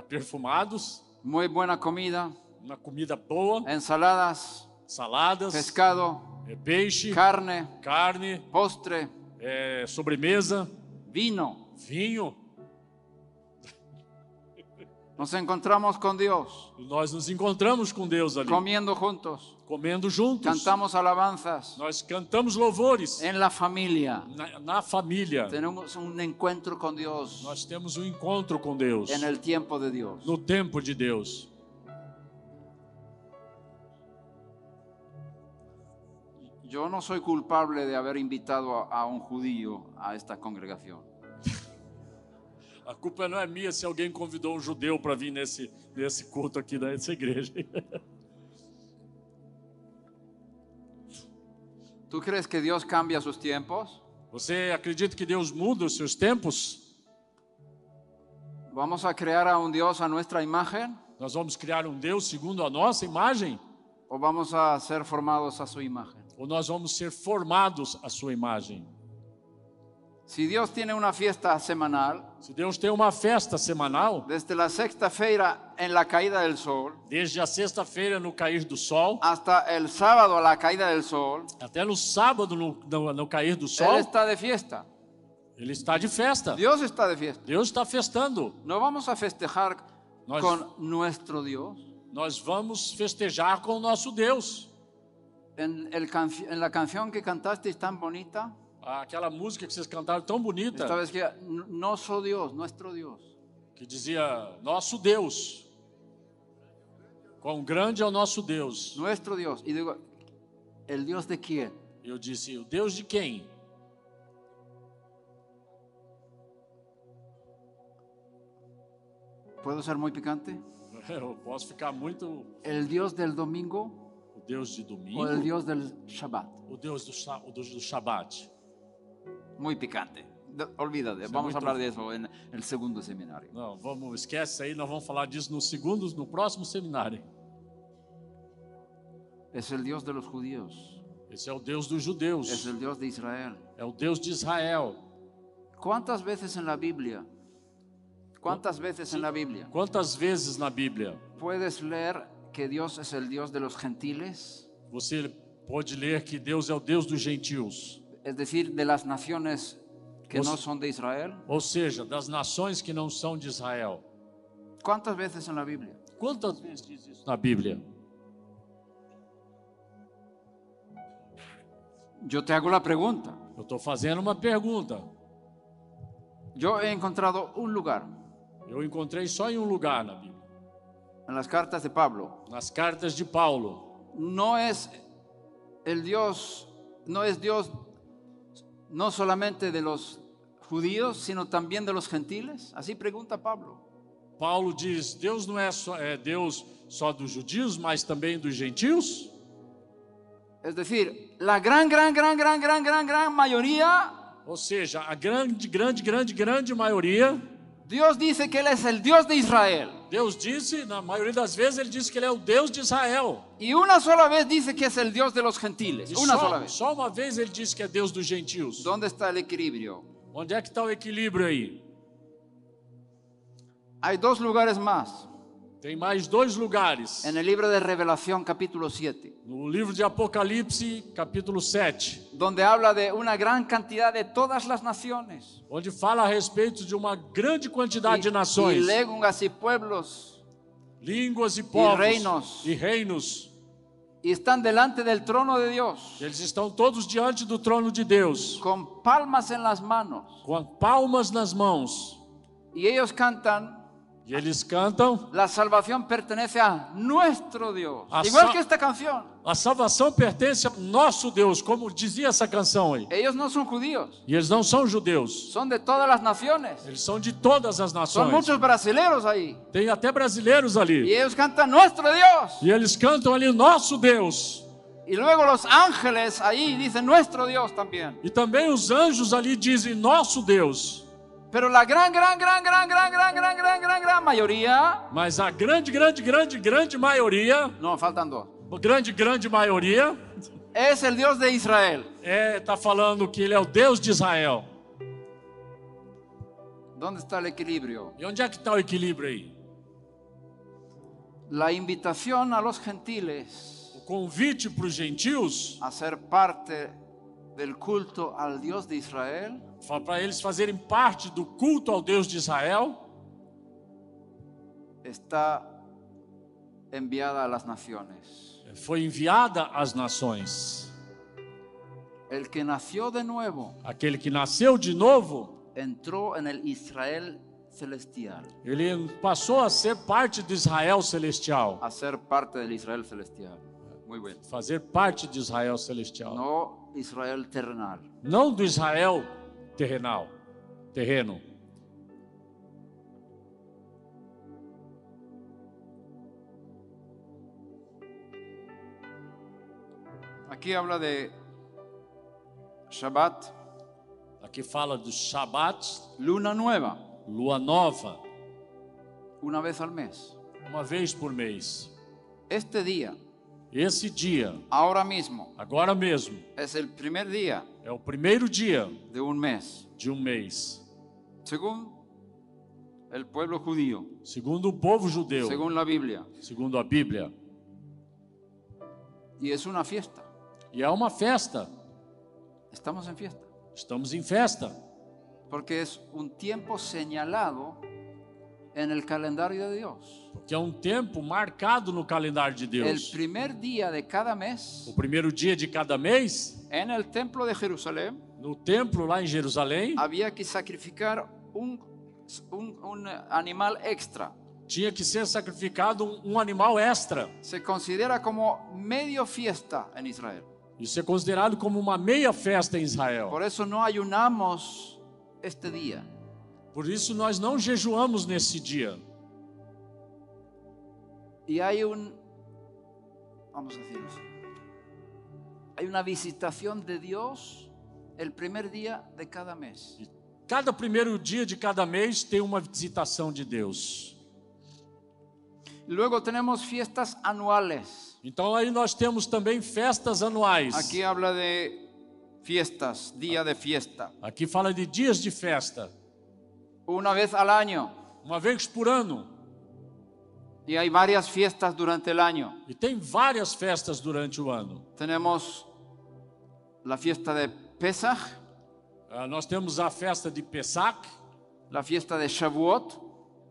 perfumados, muy buena comida, uma comida boa, É. ensaladas, saladas, pescado, é, peixe, carne, carne, postre, é, sobremesa, vino. vinho. Nos encontramos con Dios, E nós nos encontramos com Deus ali, comiendo juntos, comendo juntos. cantamos É. alabanzas Nós cantamos louvores en la familia. na, na família. Tenemos un encuentro con Dios Nós temos um encontro com Deus en el tiempo de Dios. no tempo de Deus. Yo no soy culpable de haber invitado a, a un judío a esta congregación. A culpa não é minha se alguém convidou um judeu para vir nesse, nesse culto aqui nessa igreja. ¿Tú crees que Dios cambia sus tiempos? Você acredita que Deus muda os seus tempos? ¿Vamos a crear a un Dios a nuestra imagen? Nós vamos criar um Deus segundo a nossa imagem? o vamos a ser formados a su imagen. Ou nós vamos ser formados à sua imagem? Si Dios tiene una fiesta semanal, Se Deus tem uma festa semanal, desde la sexta feira en la caída del sol desde a sexta-feira no cair do sol, hasta el sábado a la caída del sol, até no sábado no, no- no cair do sol, Él está de fiesta. ele está de festa. Dios está de fiesta. Deus está festando. No vamos a festejar Nós- con nuestro Dios Nós vamos festejar com o nosso Deus. en, el canci- en la canción que cantasteis tan bonita. Aquela música que vocês cantaram tão bonita, Esta vez que "N- no soy Dios, nuestro Dios. que dizia: Nosso Deus. Quão grande é o nosso Deus. Nuestro Dios. Y digo, ¿el Dios de quién? Eu disse: O Deus de quem? ¿Puedo ser muy picante? Eu posso ficar muito. ¿El Dios del domingo O Deus de o el domingo? Dios del Shabbat? O Deus do, sa- o Deus do Shabat. Muy picante. De- olvídate, es vamos muy a hablar de eso en el segundo seminario. Não, vamos, esquece aí, nós vamos falar disso no segundo, no próximo seminário. Es el Dios de los judíos, Esse é o Deus dos es judeus, el Dios de Israel. é o Deus de Israel. ¿Cuántas veces en la Biblia? ¿Cuántas veces en la Biblia? Quantas vezes na Bíblia ¿Puedes leer que Dios es el Dios de los gentiles? você pode ler que Deus é o Deus dos gentios? Es decir, de las naciones que Pues- no son de Israel. Ou seja, das nações que não são de Israel. ¿Cuántas veces en la Biblia? Quantas vezes diz isso na Bíblia? Yo te hago la pregunta. Eu estou fazendo uma pergunta. Yo he encontrado un lugar Eu encontrei só em um lugar na Bíblia, en las cartas de Pablo. nas cartas de Paulo. No es el Dios, no es Dios no solamente de los judíos, sino también de los gentiles. Así pregunta Pablo. Paulo diz: Deus não é só é Deus só dos judeus, mas também dos gentios. Es decir, la gran, gran, gran, gran, gran, gran, gran mayoría, Ou seja, a grande, grande, grande, grande maioria, Dios dice que Él es el Dios de Israel. Deus disse, na maioria das vezes ele disse que ele é o Deus de Israel. Y una sola vez dice que es el Dios de los gentiles. E Una só, sola vez. só uma vez ele disse que é Deus dos gentios. ¿Dónde está el equilibrio? Onde é que está o equilíbrio aí? Hay dos lugares más. Tem mais dois lugares. En el libro de Revelación capítulo 7, No livro de Apocalipse, capítulo 7, donde habla de una gran cantidad de todas las naciones. onde fala a respeito de uma grande quantidade de y nações, lenguas y pueblos, línguas e povos reinos. e reinos. y están delante del trono de Dios, Eles estão todos diante do trono de Deus, con palmas en las manos, com palmas nas mãos. y ellos cantan, E eles cantam la salvación pertenece a nuestro Dios, A igual sa- que esta canción. A salvação pertence ao nosso Deus, como dizia essa canção aí. Ellos no son judíos, E eles não são judeus, son de todas las naciones, eles são de todas as son nações. muchos brasileros ahí, Tem até brasileiros y ali. ellos cantan nuestro Dios, E eles cantam ali nosso Deus. y luego los ángeles ahí dicen nuestro Dios también. E também os anjos ali dizem nosso Deus. Pero la gran, gran, gran, gran, gran, gran, gran, gran, gran, gran mayoría, Mas a grande, grande, grande, grande maioria, no, faltan dos, grande, grande maioria, es el Dios de Israel. é tá falando que ele é o Deus de Israel. ¿Dónde está el equilibrio? E onde é que está o equilíbrio aí? La invitación a los gentiles O convite para os gentios, a ser parte del culto al Dios de Israel para eles fazerem parte do culto ao Deus de Israel, está enviada a las naciones. foi enviada às nações. El que nació de nuevo Aquele que nasceu de novo, entró en el Israel celestial, ele passou a ser parte de Israel celestial, a ser parte del Israel celestial. Muy bien. fazer parte de Israel celestial, não, No Israel terrenal. do Israel terrenal, terreno. Aquí habla de Shabbat, Aqui fala do Shabat, luna nueva, lua nova, una vez al mes. uma vez por mês. Este día, Esse dia, ahora mismo, agora mesmo, es el primer día é o primeiro dia de un mes, de um mês, según el pueblo judío, segundo o povo judeu, según la Biblia. segundo a Bíblia. Y es una fiesta. E é uma festa. Estamos en fiesta. Estamos em festa, Porque es un tiempo señalado en el calendario de Dios. porque é um tempo marcado no calendário de El Deus. primer día de cada O mes, primeiro dia de cada mês, en el templo de Jerusalén, no templo lá em Jerusalém, había que sacrificar un, un- un animal extra. tinha que ser sacrificado um, um animal extra. Se considera como medio fiesta en Israel. Isso é considerado como uma meia festa em Israel. Por eso no ayunamos este día. Por isso nós não jejuamos nesse dia. Y hay un, vamos a decirlo así, hay una visitación de Dios el primer día de cada mes. E cada primeiro dia de cada mês tem uma visitação de Deus. Luego tenemos fiestas anuales. Então aí nós temos também festas anuais. Aquí habla de fiestas, día de fiesta. Aqui fala de dias de festa, Una vez al año. uma vez por ano. Y hay varias fiestas durante el año. E tem várias festas durante o ano. Tenemos la fiesta de Pesach, Ah, nós temos a festa de Pesach, la fiesta de Shavuot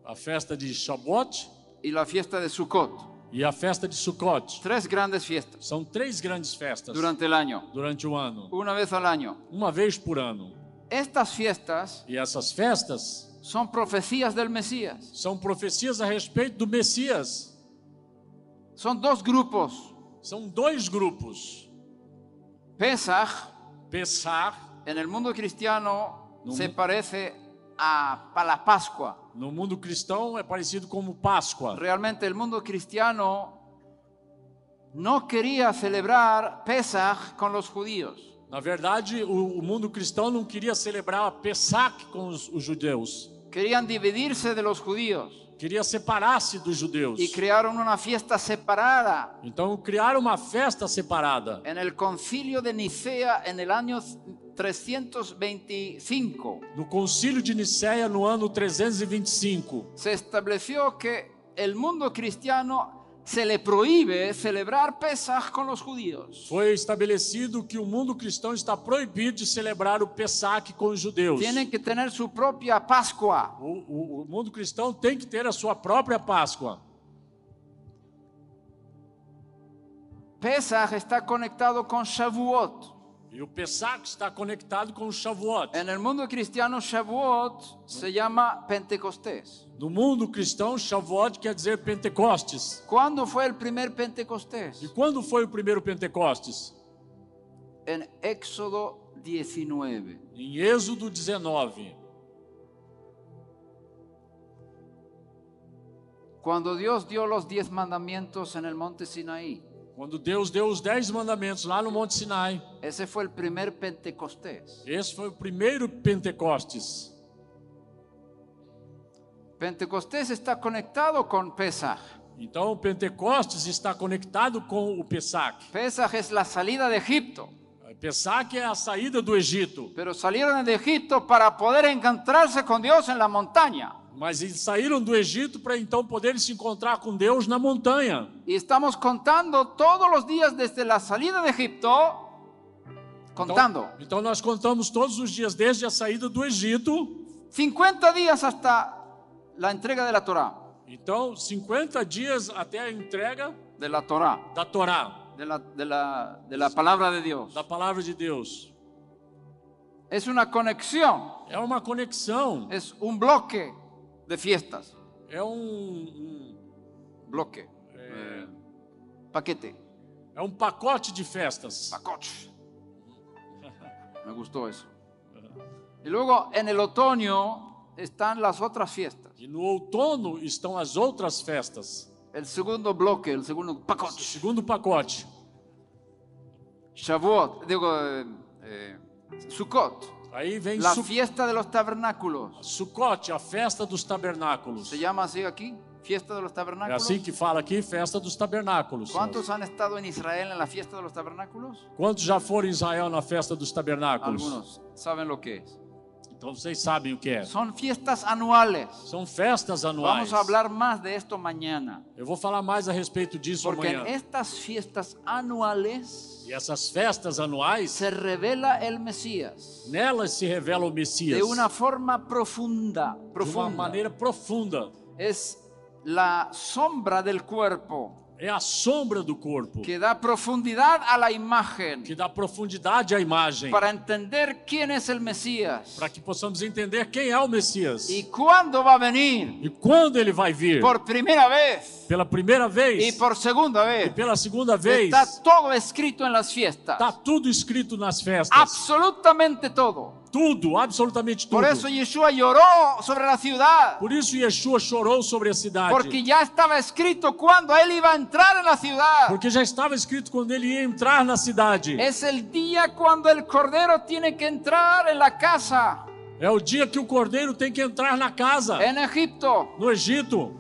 a festa de Shabat y la fiesta de Sukkot. e a festa de Sukkot. Tres grandes fiestas São três grandes festas durante el año. durante o ano, Una vez al año. uma vez por ano. Estas fiestas E essas festas son profecías del Mesías. são profecias a respeito do Messias. Son dos grupos. São dois grupos. Pesach Pesar en el mundo cristiano No se mu- parece a pa- la Pascua. no mundo cristão é parecido como Páscoa. Realmente el mundo cristiano no quería celebrar Pesach con los judíos. Na verdade, o, o mundo cristão não queria celebrar Pesach com os, os judeus. Querían dividirse de los judíos Queria separar-se dos judeus. y crearon una fiesta separada Então criaram uma festa separada. en el concilio de Nicea en el año 325. No concílio de Nicéia, no ano 325, Se estableció que el mundo cristiano se le prohíbe celebrar Pesach con los judíos. foi estabelecido que o mundo cristão está proibido de celebrar o Pesach com os judeus. Tienen que tener su propia Pascua. O, o- o mundo cristão tem que ter a sua própria Páscoa. Pesach está conectado con Shavuot. E o Pesach está conectado com o Shavuot. En el mundo cristiano, Shavuot se llama Pentecostés. No mundo cristão, Shavuot quer dizer Pentecostes. ¿Cuándo fue el primer E Pentecostés? quando foi o primeiro Pentecostes? En Éxodo 19. Em Êxodo 19, Cuando Dios dio los diez mandamientos en el monte Sinaí. quando Deus deu os dez mandamentos lá no Monte Sinai. Ese fue el primer Pentecostés. Esse foi o primeiro Pentecostes. Pentecostés está conectado con Pesach. Então, o Pentecostes está conectado com o Pesach. Pesach es la salida de Egipto. Pesach é a saída do Egito, Pero salieron de Egipto para poder encontrarse con Dios en la montaña. mas eles saíram do Egito para então poderem se encontrar com Deus na montanha. Y estamos contando todos los días desde la salida de Egipto, contando Então, então nós contamos todos os dias desde a saída do Egito, 50 días hasta la entrega de la Torá, então 50 dias até a entrega de la Torá, da Torá, de la, de la, de la palabra de Dios. da palavra de Deus. Es una conexión, É uma conexão, es un bloque de fiestas, é um, um- bloque, eh, paquete, é um pacote de festas. pacoche. Me gustó eso. Y luego en el otoño están las otras fiestas, E no outono estão as outras festas. el segundo bloque, el segundo pacote. Segundo pacote, Shavuot, digo, eh, eh, Sukkot, aí vem la Su- fiesta de los tabernáculos. Sucote, a festa dos tabernáculos. ¿Se llama así aquí? fiesta de los É tabernáculos. assim que fala aqui, festa dos tabernáculos. ¿Cuántos han estado en Israel en la fiesta de los tabernáculos? Quantos já foram em Israel na festa dos tabernáculos? Algunos saben lo que es. Então vocês sabem o que é. Son fiestas anuales. São festas anuais. Vamos a hablar más de esto mañana. Eu vou falar mais a respeito disso Porque é- amanhã. en estas fiestas anuales E essas festas anuais, se revela el Mesías nelas se revela o Messias de una forma profunda. de uma profunda. maneira profunda. Es la sombra del cuerpo É a sombra do corpo que da profundidad a la imagen Oh. que dá profundidade à imagem, para entender quién es el Mesías para que possamos entender quem é o Messias y cuándo va a venir e quando ele vai vir. por primera vez Pela primeira y vez por segunda e vez. pela segunda vez, Está todo escrito en las fiestas. está tudo escrito nas festas. Absolutamente todo. Tudo, absolutamente tudo. Por eso Yeshua lloró sobre la ciudad. Por isso Yeshua chorou sobre a cidade. Porque ya estaba escrito cuando él iba a entrar en la ciudad. Porque já estava escrito quando ele ia entrar na cidade. Es el día cuando el cordero tiene que entrar en la casa É o dia que o cordeiro tem que entrar na casa, en Egipto no Egito,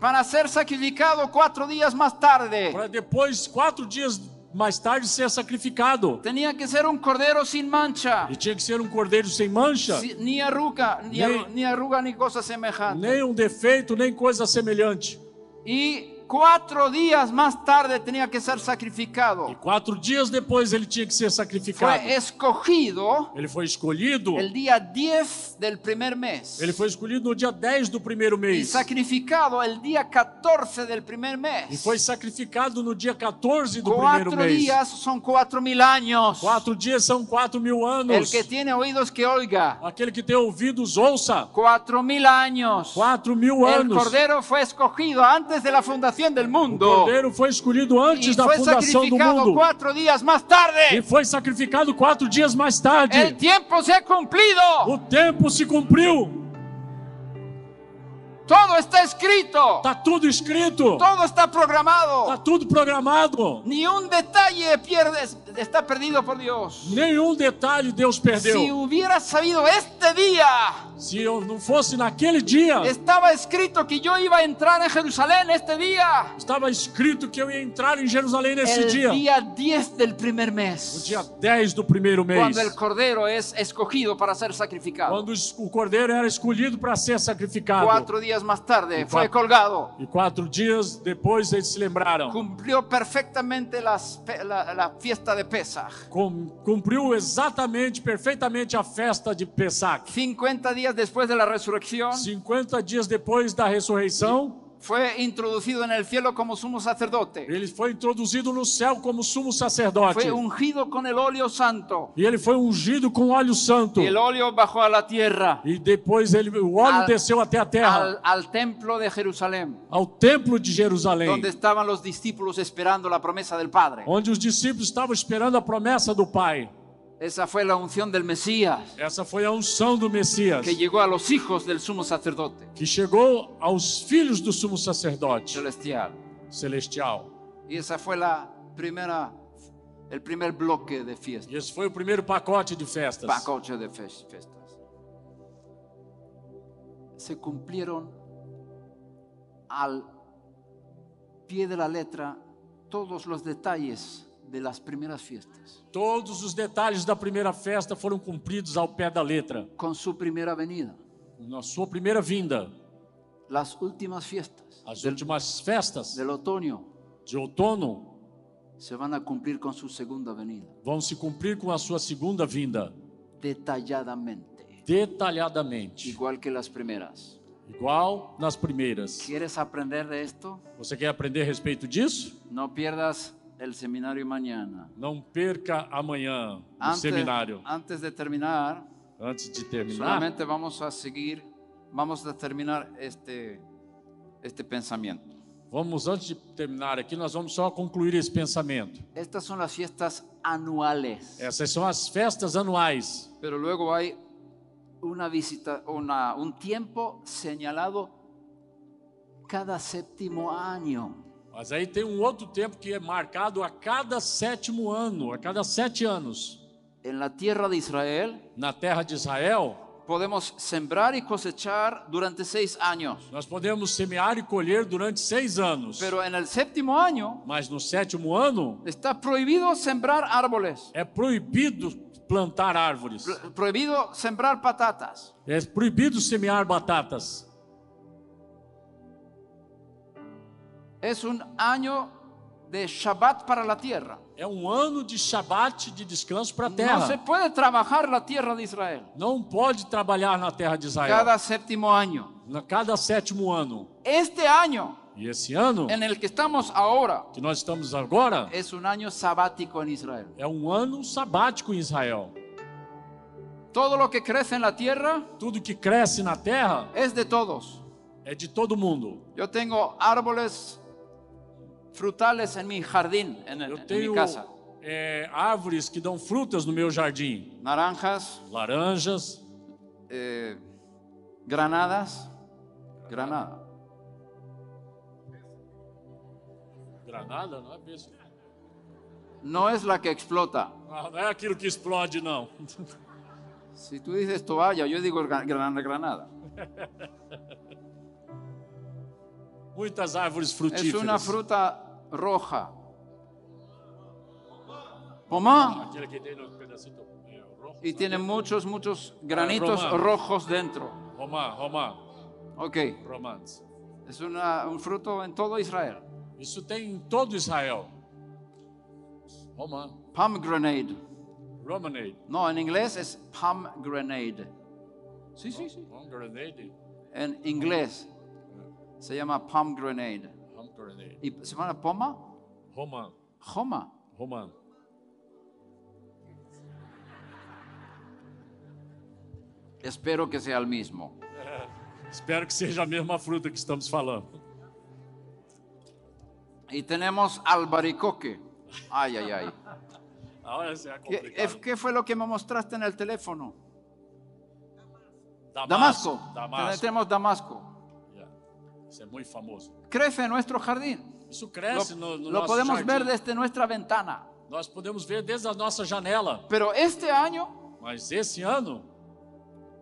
para ser sacrificado cuatro días más tarde. para depois, quatro dias mais tarde, ser sacrificado. Tenía que ser un cordero sin mancha, E tinha que ser um cordeiro sem mancha, si- ni arruga, ni, Ni- arru- ni arruga ni cosa semejante. nem um defeito, nem coisa semelhante. Y cuatro días más tarde tenía que ser E sacrificado. quatro dias depois ele tinha que ser sacrificado. Fue escogido Ele foi escolhido. el día 10 del primer mes. Ele foi escolhido no dia 10 do primeiro y mês. sacrificado el día 14 del primer mes. E foi sacrificado no dia 14 do primeiro cuatro mês. días son cuatro mil años. Quatro dias são quatro mil El anos. que tiene oídos que oiga. Aquele que tem ouvidos, ouça. Cuatro mil años. Quatro mil El anos. cordero fue escogido antes de la fundación del O mundo cordeiro foi escolhido y antes da fue fundação do sacrificado mundo cuatro días más e tarde. foi sacrificado quatro dias mais tarde. El tiempo se ha cumplido. O tempo se cumpriu. Todo está escrito. Tá tudo escrito. Todo está Tá programado. tudo programado. Ni un detalle pierdes, está perdido por Dios. Nenhum detalhe Deus Si perdeu. hubieras sabido este día Se eu não fosse naquele dia, Estaba escrito que yo iba a entrar en Jerusalén este día. estava escrito que eu ia entrar em Jerusalém nesse el dia. día 10 del primer No mes. dia 10 do primeiro mês. Cuando el cordero es escogido para ser sacrificado. Quando os- o cordeiro era escolhido para ser sacrificado. Cuatro días más tarde fue cuatro- colgado. E quatro dias depois eles se lembraram. Cumplió perfectamente las pe- la, la fiesta de Pesaj. cum- cumpriu exatamente, perfeitamente a festa de Pesach. 50 días después de la resurrección 50 dias depois da ressurreição, fue introducido en el cielo como sumo sacerdote. ele foi introduzido no céu como sumo sacerdote. Fue ungido con el óleo santo. E ele foi ungido com óleo santo. Y el óleo bajó a la tierra, E depois ele, o óleo Al- desceu até a terra, al- al templo de Jerusalén. ao templo de Jerusalém, donde estaban los discípulos esperando la promesa del Padre. onde os discípulos estavam esperando a promessa do Pai. Esa fue la unción del Mesías Essa foi a unção do Messias, que llegó a los hijos del sumo sacerdote que chegou aos filhos do sumo sacerdote celestial. celestial. Y esa fue la primera, el primer bloque de fiestas, E esse foi o primeiro pacote de festas. pacoche de fes- fiestas. Se cumplieron al pie de la letra todos los detalles de las primeras fiestas, Todos os detalhes da primeira festa foram cumpridos ao pé da letra. con su primera venida. Na sua primeira vinda, Las últimas fiestas as últimas festas del otoño de outono se van a cumplir con su segunda venida, vão se cumprir com a sua segunda vinda, detalladamente, detalhadamente, igual que las primeras. igual nas primeiras. ¿Quieres aprender de esto? Você quer aprender a respeito disso? No pierdas el seminario mañana. Não perca amanhã o Antes, seminário. antes de terminar, Antes de terminar, solamente vamos a seguir, vamos a terminar este, este pensamiento. vamos antes de terminar aqui, nós vamos só concluir esse pensamento. Estas son las fiestas anuales, Essas são as festas anuais. pero luego hay una visita, una, un tiempo señalado cada séptimo año. Mas aí tem um outro tempo que é marcado a cada sétimo ano, a cada sete anos. en la tierra de Israel Na terra de Israel, podemos sembrar y cosechar durante seis años, Nós podemos semear e colher durante seis anos, pero en el séptimo año mas no sétimo ano está prohibido sembrar árboles, é proibido plantar árvores, pro- prohibido sembrar patatas. é proibido semear batatas. Es un año de Shabbat para la tierra. É um ano de Shabat de descanso para a No se terra. puede trabajar la tierra de Israel Não pode trabalhar na terra de Israel. cada séptimo año. Na cada sétimo ano. Este año E esse ano en el que estamos ahora que nós estamos agora es un año sabático en Israel. é um ano sabático em Israel. Todo lo que crece en la tierra Tudo que cresce na terra es de todos. é de todo mundo. Yo tengo árboles frutales en mi jardín, en, el- Eu en tenho mi casa. é, árvores que dão frutas no meu jardim, Naranjas, laranjas, eh, granadas, granada, granada, não é mesmo? no es la que explota. Ah, Não é aquilo que explode não. Si tú dices toalla, yo digo gra- gran- granada. Muitas árvores Es una frutíferas. fruta roja. Pomá. Aquela que tem no pedacinho é, rojo. Y tiene muchos, muchos granitos romano. rojos dentro. Romã, Romã, Ok. Romãs. Es una- un fruto en todo Israel. Isso tem em todo Israel. Romã, Pomegranate. Romanade, No, en inglês es pomegranate. Sí, sí, sí. Romgranade, En inglés se llama pomegranate. Romgranade, ¿Y se llama poma? Romã, Joma. Romã. Espero que sea el mismo. Espero que seja a mesma fruta que estamos falando. Y tenemos albaricoque. Ay, ay, ay. Ah, olha, isso é ¿Qué, complicado. eh, qué fue lo que me mostraste en el teléfono? Damasco. é, Damasco. Damasco. Tenemos Damasco. Yeah. Isso é muito famoso. Crece en nuestro jardín. Isso Lo, cresce no, no lo nosso podemos jardim. ver desde nuestra ventana. Nós podemos ver desde a nossa janela. Pero este año, Mas esse ano,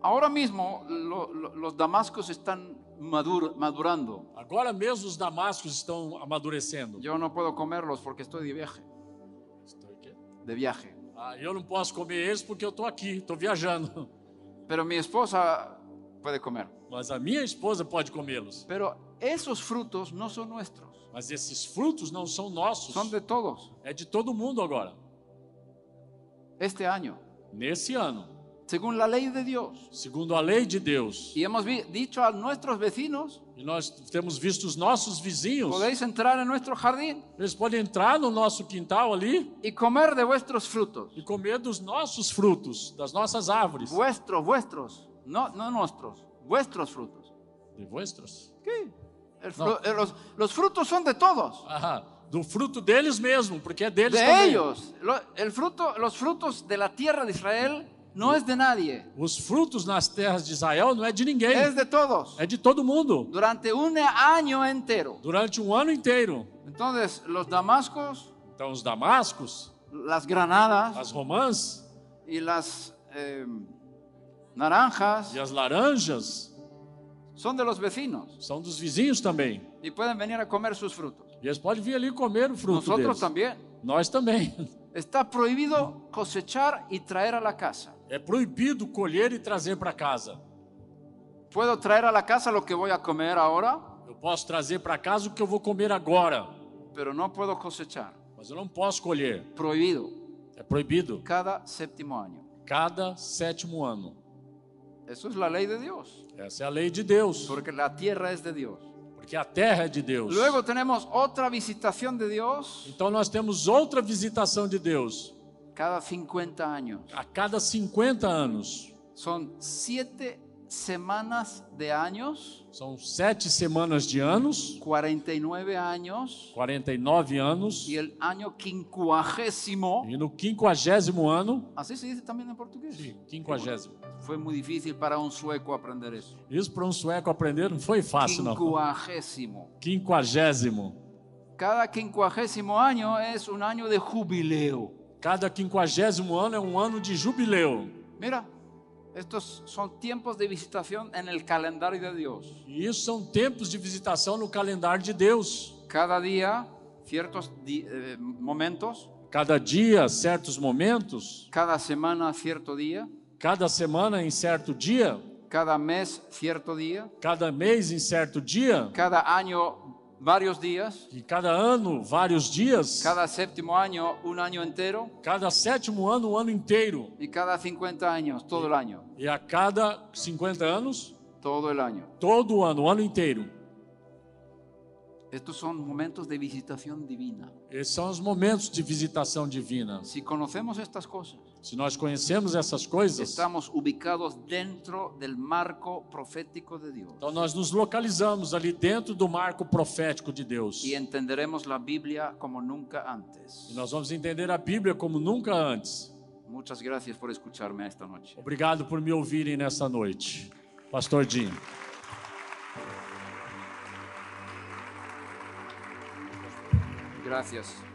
ahora mismo, lo- lo- los damascos están madur- madurando. agora mesmo os damascos estão amadurecendo. Yo no puedo comerlos porque estoy de viaje. Estou aqui. De viaje. Ah, eu não posso comer eles porque eu estou aqui, estou viajando. Pero mi esposa puede comer. Mas a minha esposa pode comê-los. Pero esos frutos no son nuestros. Mas esses frutos não são nossos. Son de todos. É de todo mundo agora. Este año. Nesse ano, Según la ley de Dios. segundo a lei de Deus, Y hemos vi- dicho a nuestros vecinos, e nós temos visto os nossos vizinhos, podéis entrar en nuestro jardín eles podem entrar no nosso quintal ali y comer de vuestros frutos. e comer dos nossos frutos, das nossas árvores. Vuestros, vuestros, no, no nuestros, vuestros frutos. De vuestros. ¿Qué? El fru- eh, los, los frutos son de todos, Ah, do fruto deles mesmo, porque é deles de também. ellos. Lo- el fruto, los frutos de la tierra de Israel no es de nadie, Os frutos nas terras de Israel não é de ninguém, es de todos, é de todo mundo, durante un año entero. durante um ano inteiro. Entonces, los damascos, Então, os damascos, las granadas as romãs y las eh, naranjas e as laranjas son de los vecinos são dos vizinhos também. y pueden venir a comer sus frutos. E eles podem vir ali comer o fruto Nosotros deles. también. Nós também. Está prohibido cosechar y traer a la casa. É proibido colher e trazer para casa. ¿Puedo traer a la casa lo que voy a comer ahora? Eu posso trazer para casa o que eu vou comer agora, Pero no puedo cosechar. mas eu não posso colher. Prohibido É proibido. cada séptimo año. Cada sétimo ano. Eso es la ley de Dios, Essa é a lei de Deus, porque la tierra es de Dios. porque a terra é de Deus. Luego tenemos otra visitación de Dios Então nós temos outra visitação de Deus cada 50 años. a cada 50 anos. Son siete semanas de años, São sete semanas de anos, 49 años, 49 anos, y el año quincuagésimo. e no quinquagésimo ano, Así se dice también en portugués. quinquagésimo. Fue muy difícil para un sueco aprender eso. Isso para um sueco aprender não foi fácil, não. Quincuagésimo. Quinquagésimo. Cada quincuagésimo año es un año de jubileo. Cada quinquagésimo ano é um ano de jubileu. Mira, Estos son tiempos de visitación en el calendario de Dios. E isso são tempos de visitação no calendário de Deus. Cada día, ciertos di- eh, momentos, Cada dia, certos momentos, cada semana, cierto día, cada semana em certo dia, cada mes, cierto día, cada mês em certo dia, cada año, varios días, e cada ano vários dias, cada séptimo año, un año entero, cada sétimo ano, um ano inteiro, y cada 50 años, todo el año, e a cada 50 anos, todo el año. todo ano, o ano inteiro. Estos son momentos de visitación divina. Esses são os momentos de visitação divina. Si conocemos estas cosas, Se nós conhecemos essas coisas, estamos ubicados dentro del marco profético de Dios então nós nos localizamos ali dentro do marco profético de Deus. y E entenderemos la Biblia como nunca antes. nós vamos entender a Bíblia como nunca antes. Muchas gracias por escucharme esta noche. Obrigado por me ouvirem nessa noite. Pastor Dinho. Gracias.